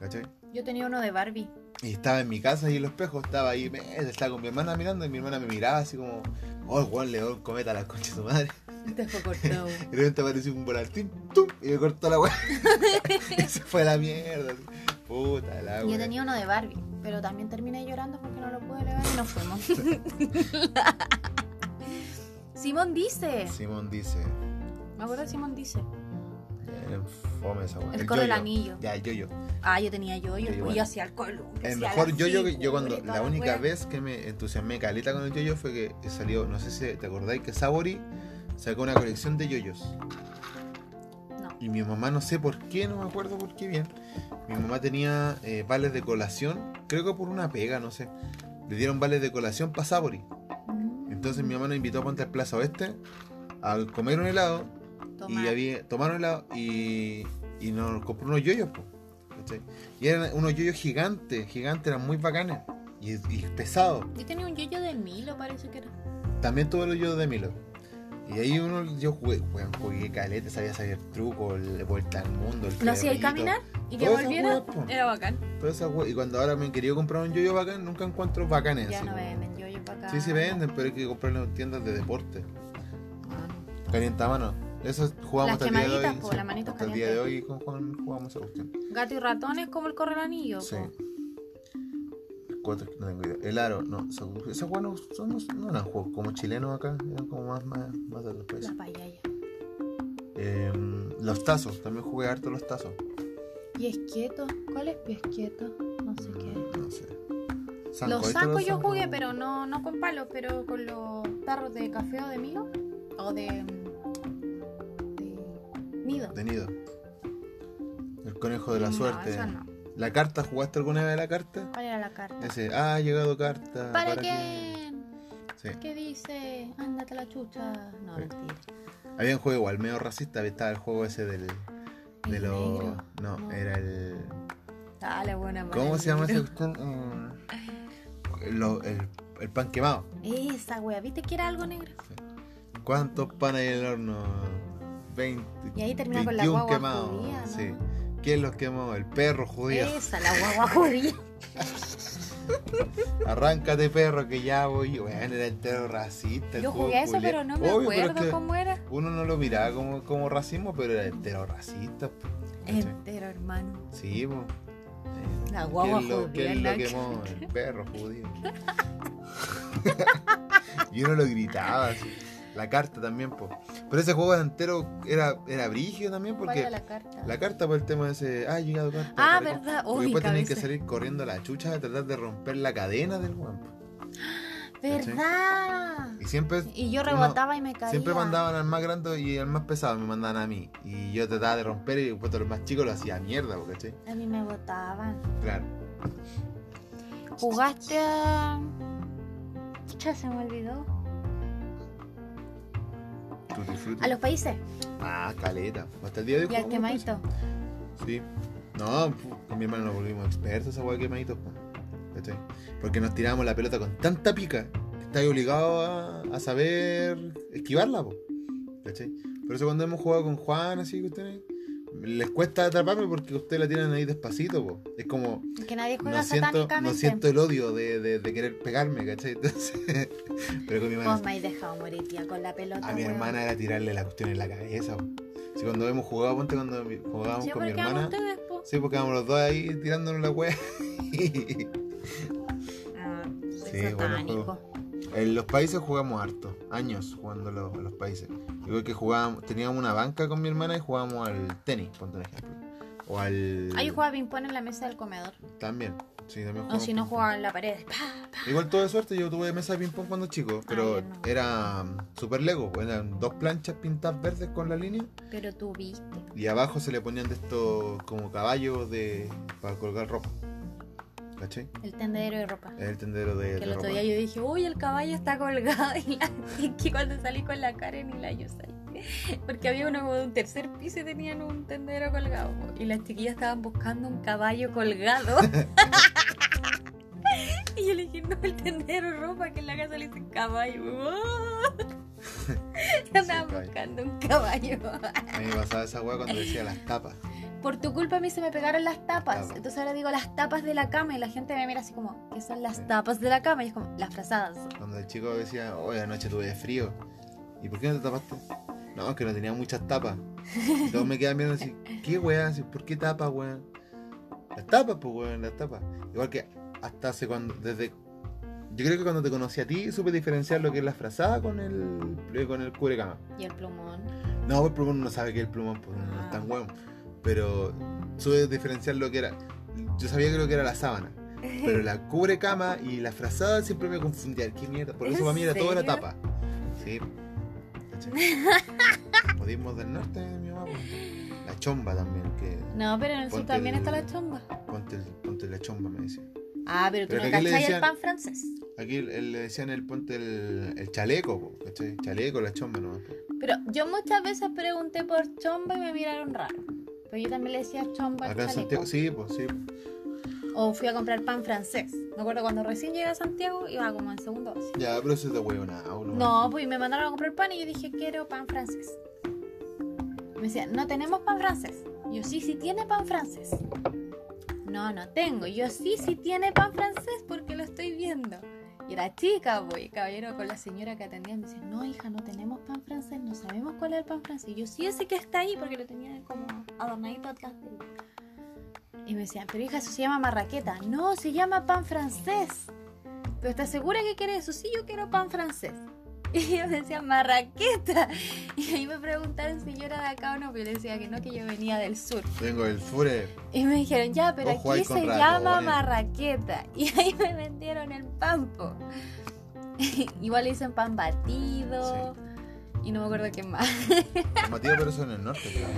¿Cachai?
Yo tenía uno de
[laughs]
Barbie. [laughs]
Y estaba en mi casa y en los espejos estaba ahí, me, estaba con mi hermana mirando y mi hermana me miraba así como, oh, weón, le doy un cometa a la concha de su madre.
Este fue cortado.
Y de repente apareció un volantín, ¡tum! y me cortó la weá. [laughs] y se fue a la mierda. así. Puta la
Yo
weá.
tenía uno de Barbie, pero también terminé llorando porque no lo pude elevar y
[laughs]
nos fuimos. Simón dice.
Simón dice,
Me acuerdo de Simón dice.
eh, fome esa weá.
El corre el
yo-yo.
anillo.
Ya, el yo-yo.
Ah, yo tenía yo, yo,
Yo igual.
yo hacía el columpio,
El
hacía
mejor
la
yo-yo que
figura
yo cuando,
y toda
la única
wea.
vez que me entusiasmé caleta con el yo-yo fue que salió, no sé si te acordáis que Sabori sacó una colección de yoyos.
No.
Y mi mamá, no sé por qué, no me acuerdo por qué bien. Mi mamá tenía eh, vales de colación, creo que por una pega, no sé. Le dieron vales de colación para Sabori.
Mm,
Entonces mi mamá nos invitó a Ponte al Plaza Oeste a comer un helado.
Tomar.
Y había, tomaron helado y, y nos compró unos yoyos. po, ¿cachai? Y eran unos yoyos gigantes, gigantes, eran muy bacanes. Y, y pesados.
Yo tenía un yo-yo de Milo, parece que era.
También tuve los yoyos de Milo. Y ahí uno, yo jugué, weón, jugué caleta, sabía hacer trucos, le- vuelta al mundo. El
¿Lo hacía ahí
perrito.
caminar? ¿Y que
Todas esas
volviera?
weas, po.
Era bacán.
Todas esas we- Y cuando ahora me he querido comprar un yoyo bacán, nunca encuentro bacanes.
Ya
así
no
como-
venden yo-yo para acá.
Sí, sí venden, pero hay que comprarlo en tiendas de deporte. Calientamano. Eso jugamos hasta
Ah. Las
el día de hoy.
quemaditas, po,
sí,
las manitos
hasta el día de
calientes.
hoy con Juan jugamos esa cuestión.
Gato y ratones como el correlanillo.
Sí.
po.
Cuatro, no tengo idea. El aro, no. Esa esa weá no, son- no eran juegos como chilenos acá, eran como más, más, más de otros países.
La payaya.
Eh, los tazos, también jugué harto los tazos.
Pies quietos. ¿Cuál es pies quietos? No sé qué.
No sé. Zanco,
Los
¿viste
zancos yo
zancos?
jugué, pero no, no con palos, pero con los tarros de café o de milo. O de. mm, de nido.
Tenido. El conejo de la
No,
suerte.
eso no.
¿La carta? ¿Jugaste alguna vez la carta?
¿Cuál era la carta?
Ese, ah, ha llegado carta.
¿Para,
que-
quién?
Sí.
¿Qué dice? Ándate a la chucha. No,
Sí.
mentira.
Había un juego igual, medio racista, estaba el juego ese del. De
El
los.
negro.
No,
No.
era el.
Dale, buena mala,
¿Cómo se llama ese
negro.
cuestión? Eh, lo- el, el pan quemado.
Esa wea, ¿viste que era algo negro?
¿Cuántos pan hay en el horno? 20.
Y ahí termina con la
21
guagua
quemados.
judía, ¿no?
Sí. ¿Quién los quemó? El perro judío.
Esa, la guagua judía.
[laughs] Arráncate, perro, que ya voy. Bueno, era entero racista. el
Yo
juego
jugué a eso,
culiao.
pero no me
Obvio, pero es
acuerdo
que
cómo era.
Uno no lo miraba como, como racismo, pero era entero racista. po, ¿cachai?
Entero, hermano.
Sí, pues. po. Eh,
La guagua
¿Quién lo,
judía,
quién lo
la-
quemó? El perro judío.
[laughs]
y uno lo gritaba así. La carta también, po. Pero ese juego entero era, era brígido también
¿Cuál
porque
era la carta?
la carta por el tema de ese. Ah, he llegado carta.
Ah,
carta".
verdad,
Porque
uy,
después tenías que
cabeza.
salir corriendo a la chucha a tratar de romper la cadena del guampo.
¡Verdad!
Y siempre.
Y yo
uno-
rebotaba y me caía.
Siempre mandaban al más grande y al más pesado me mandaban a mí. Y yo trataba de romper y pues, el más chico lo hacía mierda, po, ¿cachai?
A mí me botaban.
Claro.
¿Jugaste a...? Chucha, se me olvidó.
Tutti frutti.
A los países
Ah, caleta. Hasta el día de hoy.
y al
jugamos
quemadito.
eso. Sí. No, pu, con mi hermano nos volvimos expertos esa hueá de quemaditos. po. ¿Cachai? Porque nos tirábamos la pelota con tanta pica que estáis obligado a, a saber esquivarla, po. ¿Cachai? Por eso cuando hemos jugado con Juan, así que ustedes. Les cuesta atraparme porque ustedes la tiran ahí despacito, po. Es como.
Que nadie juega
No siento, no
satánicamente.
siento el odio de, de- de querer pegarme, ¿cachai? [laughs] Entonces. Pero con mi hermano.
Vos me has dejado morir, tía, con la pelota.
A mi
weón.
hermana era tirarle la cuestión en la cabeza. po. Si cuando hemos jugado, ponte cuando mi- jugábamos
Sí,
con mi
porque eran
hermana.
ustedes, po.
Sí, porque íbamos los dos ahí tirándonos la wea. [laughs]
Ah, soy
Sí, bueno
satánico.
juego. En los países jugamos harto, años jugando los, los países. Igual que jugábamos, teníamos una banca con mi hermana y jugábamos al tenis, ponte un ejemplo. O al.
Ah, yo jugaba ping-pong en la mesa del comedor.
También. Sí, también
No,
jugamos
si no
ping-pong.
jugaba en la pared. Pa, pa.
Igual tuve suerte, yo tuve mesa de ping-pong cuando chico, pero
yo Ah, no.
era mm, super lego, pues, eran dos planchas pintadas verdes con la línea
Pero tú viste.
y abajo se le ponían de estos como caballos de para colgar ropa. ¿Cachai?
El tendero de ropa.
Es Eh, el tendero de,
Que
de
el
ropa.
otro día yo dije, uy, el caballo está colgado. [laughs] Y, la, y que cuando salí con la Karen y la yo salí. Porque había uno como de un tercer piso y tenían un tendero colgado. po. Y las chiquillas estaban buscando un caballo colgado. [laughs] y yo le dije, no, el tendero de ropa, que en la casa le dicen
[laughs]
caballo. [laughs] Andaban
caballo.
buscando un caballo.
A mí me pasaba esa weá cuando decía las tapas.
Por tu culpa a mí se me pegaron las tapas.
Tapa.
Entonces ahora digo las tapas de la cama y la gente me mira así como, ¿qué son las tapas de la cama? Y es como, las frazadas.
Cuando el chico decía, hoy anoche tuve frío. ¿Y por qué no te tapaste? No, es que no tenía muchas tapas. Y todos me quedan viendo así, ¿qué weá? Así, ¿Por qué tapas, weón? Las tapas, pues weón, las tapas. Igual que hasta hace cuando, desde. Yo creo que cuando te conocí a ti supe diferenciar lo que es la frazada con el con el cubrecama.
Y el plumón.
No, el plumón no sabe qué es el plumón, pues no
Ah.
es tan weón. Pero supe diferenciar lo que era. Yo sabía que lo que era la sábana. Pero la cubre cama y la frazada siempre me confundían. ¿Qué mierda? Por eso
¿En
para mí era todo era
serio?
tapa. Sí.
[laughs]
Modismos del norte, mi mamá. pues. La chomba también, que.
No, pero en el sur
Ponte
también
el-
está la chomba.
Ponte, el- ponte la chomba, me decía.
Ah, pero tú
Pero
no
que aquí le
cachai el
decían-
pan francés.
Aquí eh, le decían el ponte el, el chaleco, po, ¿cachai? Chaleco, la chomba nomás. pues. po.
Pero yo muchas veces pregunté por chomba y me miraron raro. Pero yo también le decía chomba al
Acá en
chaleco.
Santiago. Sí, pues sí. po.
O fui a comprar pan francés. Me acuerdo cuando recién llegué a Santiago, iba como en segundo básico.
Ya, pero eso es de huevona. uno-
No, pues y me mandaron a comprar pan y yo dije, quiero pan francés. Me decían, no tenemos pan francés. Yo, sí, sí tiene pan francés. No, no tengo. Yo, sí, sí tiene pan francés porque lo estoy viendo. Y era chica, voy, caballero, con la señora que atendía. Me decía, no, hija, no tenemos pan francés, no sabemos cuál es el pan francés. Yo, sí, ese que está ahí porque lo tenía como adornadito atrás de él. Y me decían, pero hija, eso se llama marraqueta. No, se llama pan francés. ¿Pero estás segura que quieres eso? Sí, yo quiero pan francés. [laughs] Y yo decía, marraqueta. Y ahí me preguntaron si yo era de acá o no, pero yo decía que no, que yo venía del sur.
Tengo el fure.
Y me dijeron, ya, pero
Ojo ahí
aquí
con
se
ratones.
llama marraqueta. [laughs] Y ahí me vendieron el pampo. [laughs] Igual le dicen pan batido. Y no me acuerdo qué más. [laughs]
Matías, pero eso en el norte, creo.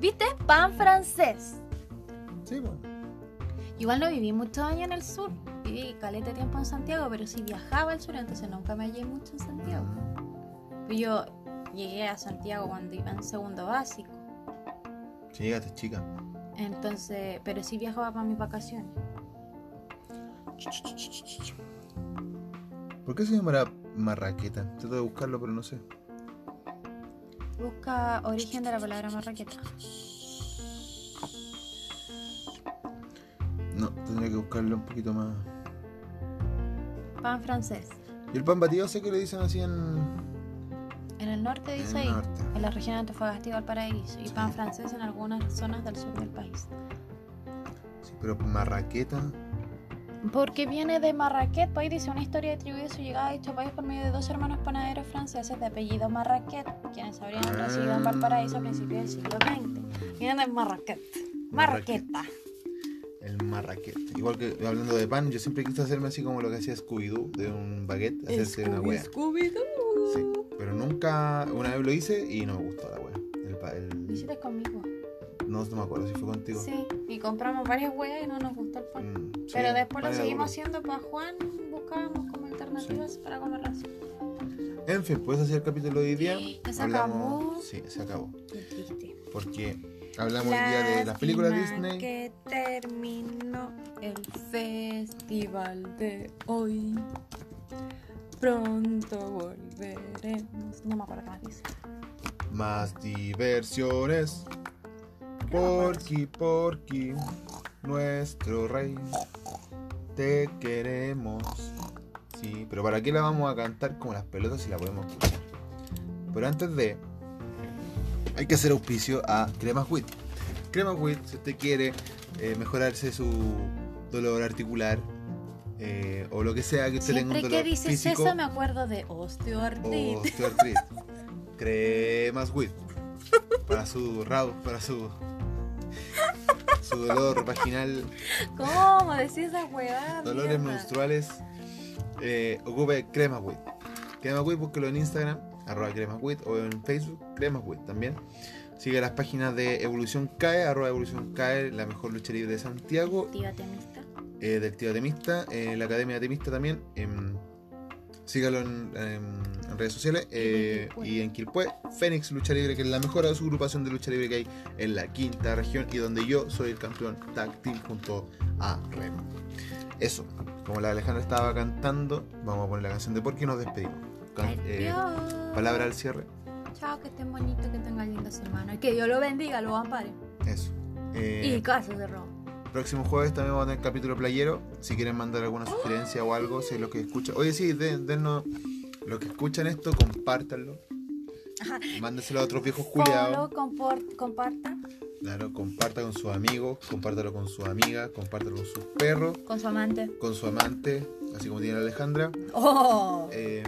¿Viste? Pan francés.
Sí, pues.
Igual no viví muchos años en el sur. Viví caleta de tiempo en Santiago, pero sí viajaba al sur, entonces nunca me hallé mucho en Santiago. Pues yo llegué a Santiago cuando iba en segundo básico.
Sí, llegaste, chica.
Entonces, pero sí viajaba para mis vacaciones.
¿Por qué se llamará marraqueta? Trato de buscarlo, pero no sé.
Busca origen de la palabra marraqueta.
No, tendría que buscarlo un poquito más.
Pan francés.
Y el pan batido sé que le dicen así en.
En el norte dice
En el
ahí,
norte.
en la región de Antofagasta y Valparaíso. Y pan francés en algunas zonas del sur del país.
Sí, pero marraqueta.
Porque viene de Marrakech, país dice una historia atribuida a su llegada a dicho país por medio de dos hermanos panaderos franceses de apellido Marrakech, quienes habrían
Ah.
nacido en Valparaíso a principios del siglo XX. Vienen de Marrakech.
Marrakech.
Marraqueta.
El marraqueta. Igual que hablando de pan, yo siempre quise hacerme así como lo que hacía Scooby-Doo, de un baguette, hacerse una wea.
Scooby-Doo.
Sí, pero nunca. Una vez lo hice y no me gustó la wea. El, pa- el-
Lo hiciste conmigo.
No, no me acuerdo si fue contigo.
Sí, y compramos varias huevas y no nos gustó el pan.
Mm, sí,
Pero después lo
pan era
seguimos
duro.
haciendo para Juan, buscábamos como alternativas para comerlo así.
En fin, pues así el capítulo de hoy día.
Ya se acabó.
Sí, se acabó.
Qué triste.
Porque hablamos hoy día de las películas
Lástima
Disney.
que terminó el festival de hoy. Pronto volveremos. No me acuerdo qué más dice.
Más diversiones. Porky, porky, nuestro rey. Te queremos. Sí, pero ¿para qué la vamos a cantar como las pelotas si la podemos escuchar? Pero antes de. hay que hacer auspicio a Cremas Wheat. Cremas Wheat, si usted quiere eh, mejorarse su dolor articular eh, o lo que sea que usted tenga
Siempre
un dolor
que dices
físico
eso me acuerdo de
o
osteoartritis.
osteoartritis. Oh, Cremas Wheat para su rabo, para su su dolor vaginal, Oh.
¿Cómo decís esa huevada?
dolores
mierda?
menstruales. Eh, ocupe Cremas Wheat. Cremas Wheat, búsquelo en Instagram, arroba Cremas Wheat, o en Facebook, Cremas Wheat también. Sigue las páginas de Evolución CAE, arroba Evolución CAE, la mejor lucha libre de Santiago,
Tío atemista.
eh, del tío Atemista, eh, la Academia Atemista también. em, sígalo en, em, en redes sociales eh,
Quilpué.
y en Quilpué, Fénix Lucha Libre, que es la mejor agrupación de lucha libre que hay en la quinta región y donde yo soy el campeón táctil junto a Remo. Eso, como la Alejandra estaba cantando, vamos a poner la canción de Porque nos despedimos. Can- eh,
Adiós.
palabra al cierre.
Chao, que estén bonitos, que tengan linda semana. Y Que Dios lo bendiga, lo ampare.
Eso. Eh,
Y caso de robo.
Próximo jueves también vamos a tener capítulo playero. Si quieren mandar alguna sugerencia o algo, si es lo que escuchan. Oye, sí, de- dennos. Los que escuchan esto, compártanlo. Mándenselo a otros viejos
Follow,
culiados.
comport- comparta
Claro, comparta con sus amigos, compártalo con sus amigas, compártalo con sus perros,
con su amante.
[laughs] con su amante, así como tiene la Alejandra.
Oh,
Eh,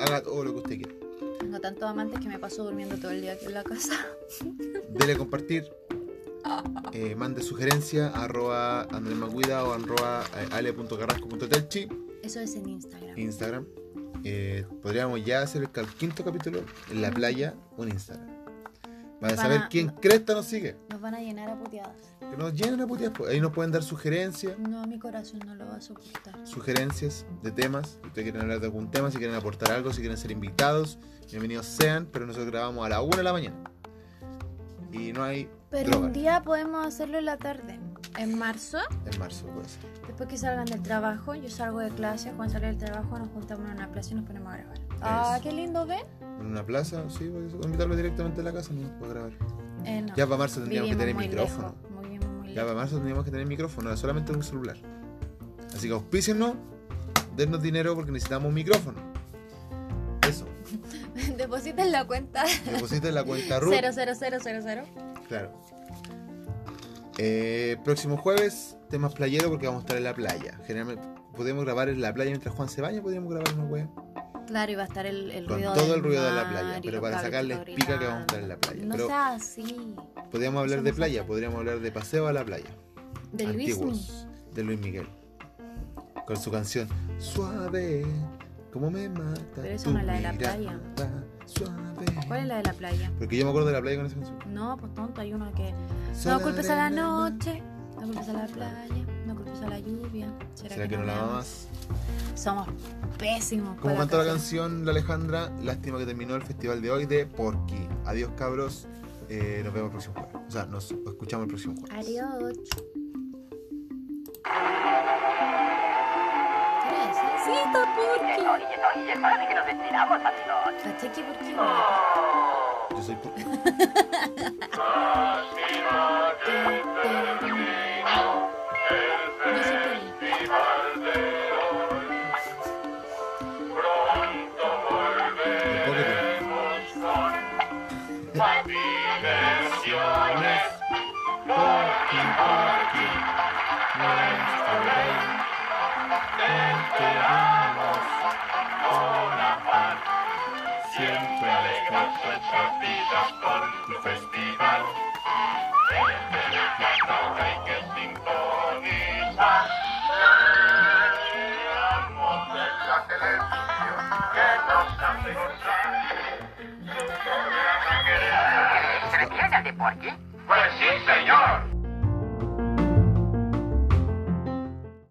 haga todo lo que usted quiera.
tengo tantos amantes que me paso durmiendo todo el día aquí en la casa.
Dele a compartir. Eh, mande sugerencia arroba Andrés Macuida o arroba eh, ale.carrasco.telchi.
Eso es en Instagram.
Instagram. Eh, podríamos ya hacer el cal- quinto capítulo en la playa, un Instagram. Para
Van
saber
a-
quién cresta nos sigue.
Nos van a llenar a puteadas.
Que nos llenen a putear, pues. Ahí nos pueden dar sugerencias,
No, mi corazón no lo va a soportar.
sugerencias de temas. Si ustedes quieren hablar de algún tema, si quieren aportar algo, si quieren ser invitados, bienvenidos sean. Pero nosotros grabamos a la 1 de la mañana. Y no hay
Pero
droga
un día podemos hacerlo en la tarde. En marzo,
en marzo. Pues.
después que salgan del trabajo, yo salgo de clase. Cuando salga del trabajo, nos juntamos en una plaza y nos ponemos a grabar. Ah, qué lindo, ¿ven?
En una plaza, sí, pues, invitarlo directamente a la casa, no puedo grabar.
Eh, no.
Ya para marzo tendríamos que
Vivimos
tener
muy
micrófono.
lejos, muy bien, muy
Ya para
lejos.
marzo teníamos que tener micrófono, era solamente un celular. Así que auspícenos, dennos dinero porque necesitamos un micrófono. Eso.
[laughs] Depositen la cuenta
Depositen la cuenta RUT.
00000.
Claro. Eh, próximo jueves, temas playero porque vamos a estar en la playa. Generalmente podemos grabar en la playa mientras Juan se baña, podríamos grabar una wea.
Claro, y va a estar el, el
Con
ruido
todo
del
el ruido de la
mar
playa,
y
pero
los
para
cables
sacarles
todo
pica que vamos a estar en la
gritando.
playa,
No
pero-
sea así.
Podríamos hablar
Eso
de
no
playa,
falta.
podríamos hablar de paseo a la playa.
De Luis
Antiguos, de Luis Miguel. Con su canción Suave, como me mata.
Pero esa
tu
no es la de la
mirada,
playa.
Suave.
¿Cuál es la de la playa?
Porque yo me acuerdo de la playa con esa canción.
No, pues tonto, hay uno que.
Sola
No culpes a la
arena.
noche, no culpes a la playa, no culpes a la lluvia. ¿Será,
¿Será que no la
me
amas?
amas? Somos pésimos.
Como
para
cantó la canción la Alejandra, lástima que terminó el festival de hoy de Porky. Adiós cabros, eh, nos vemos el próximo jueves. O sea, nos escuchamos el próximo jueves.
Adiós. Gracias. Sí, está porque. Caché que porque.
Yo soy Porky.
Yo soy Poli.
El Porky Pig.
Siempre alegres,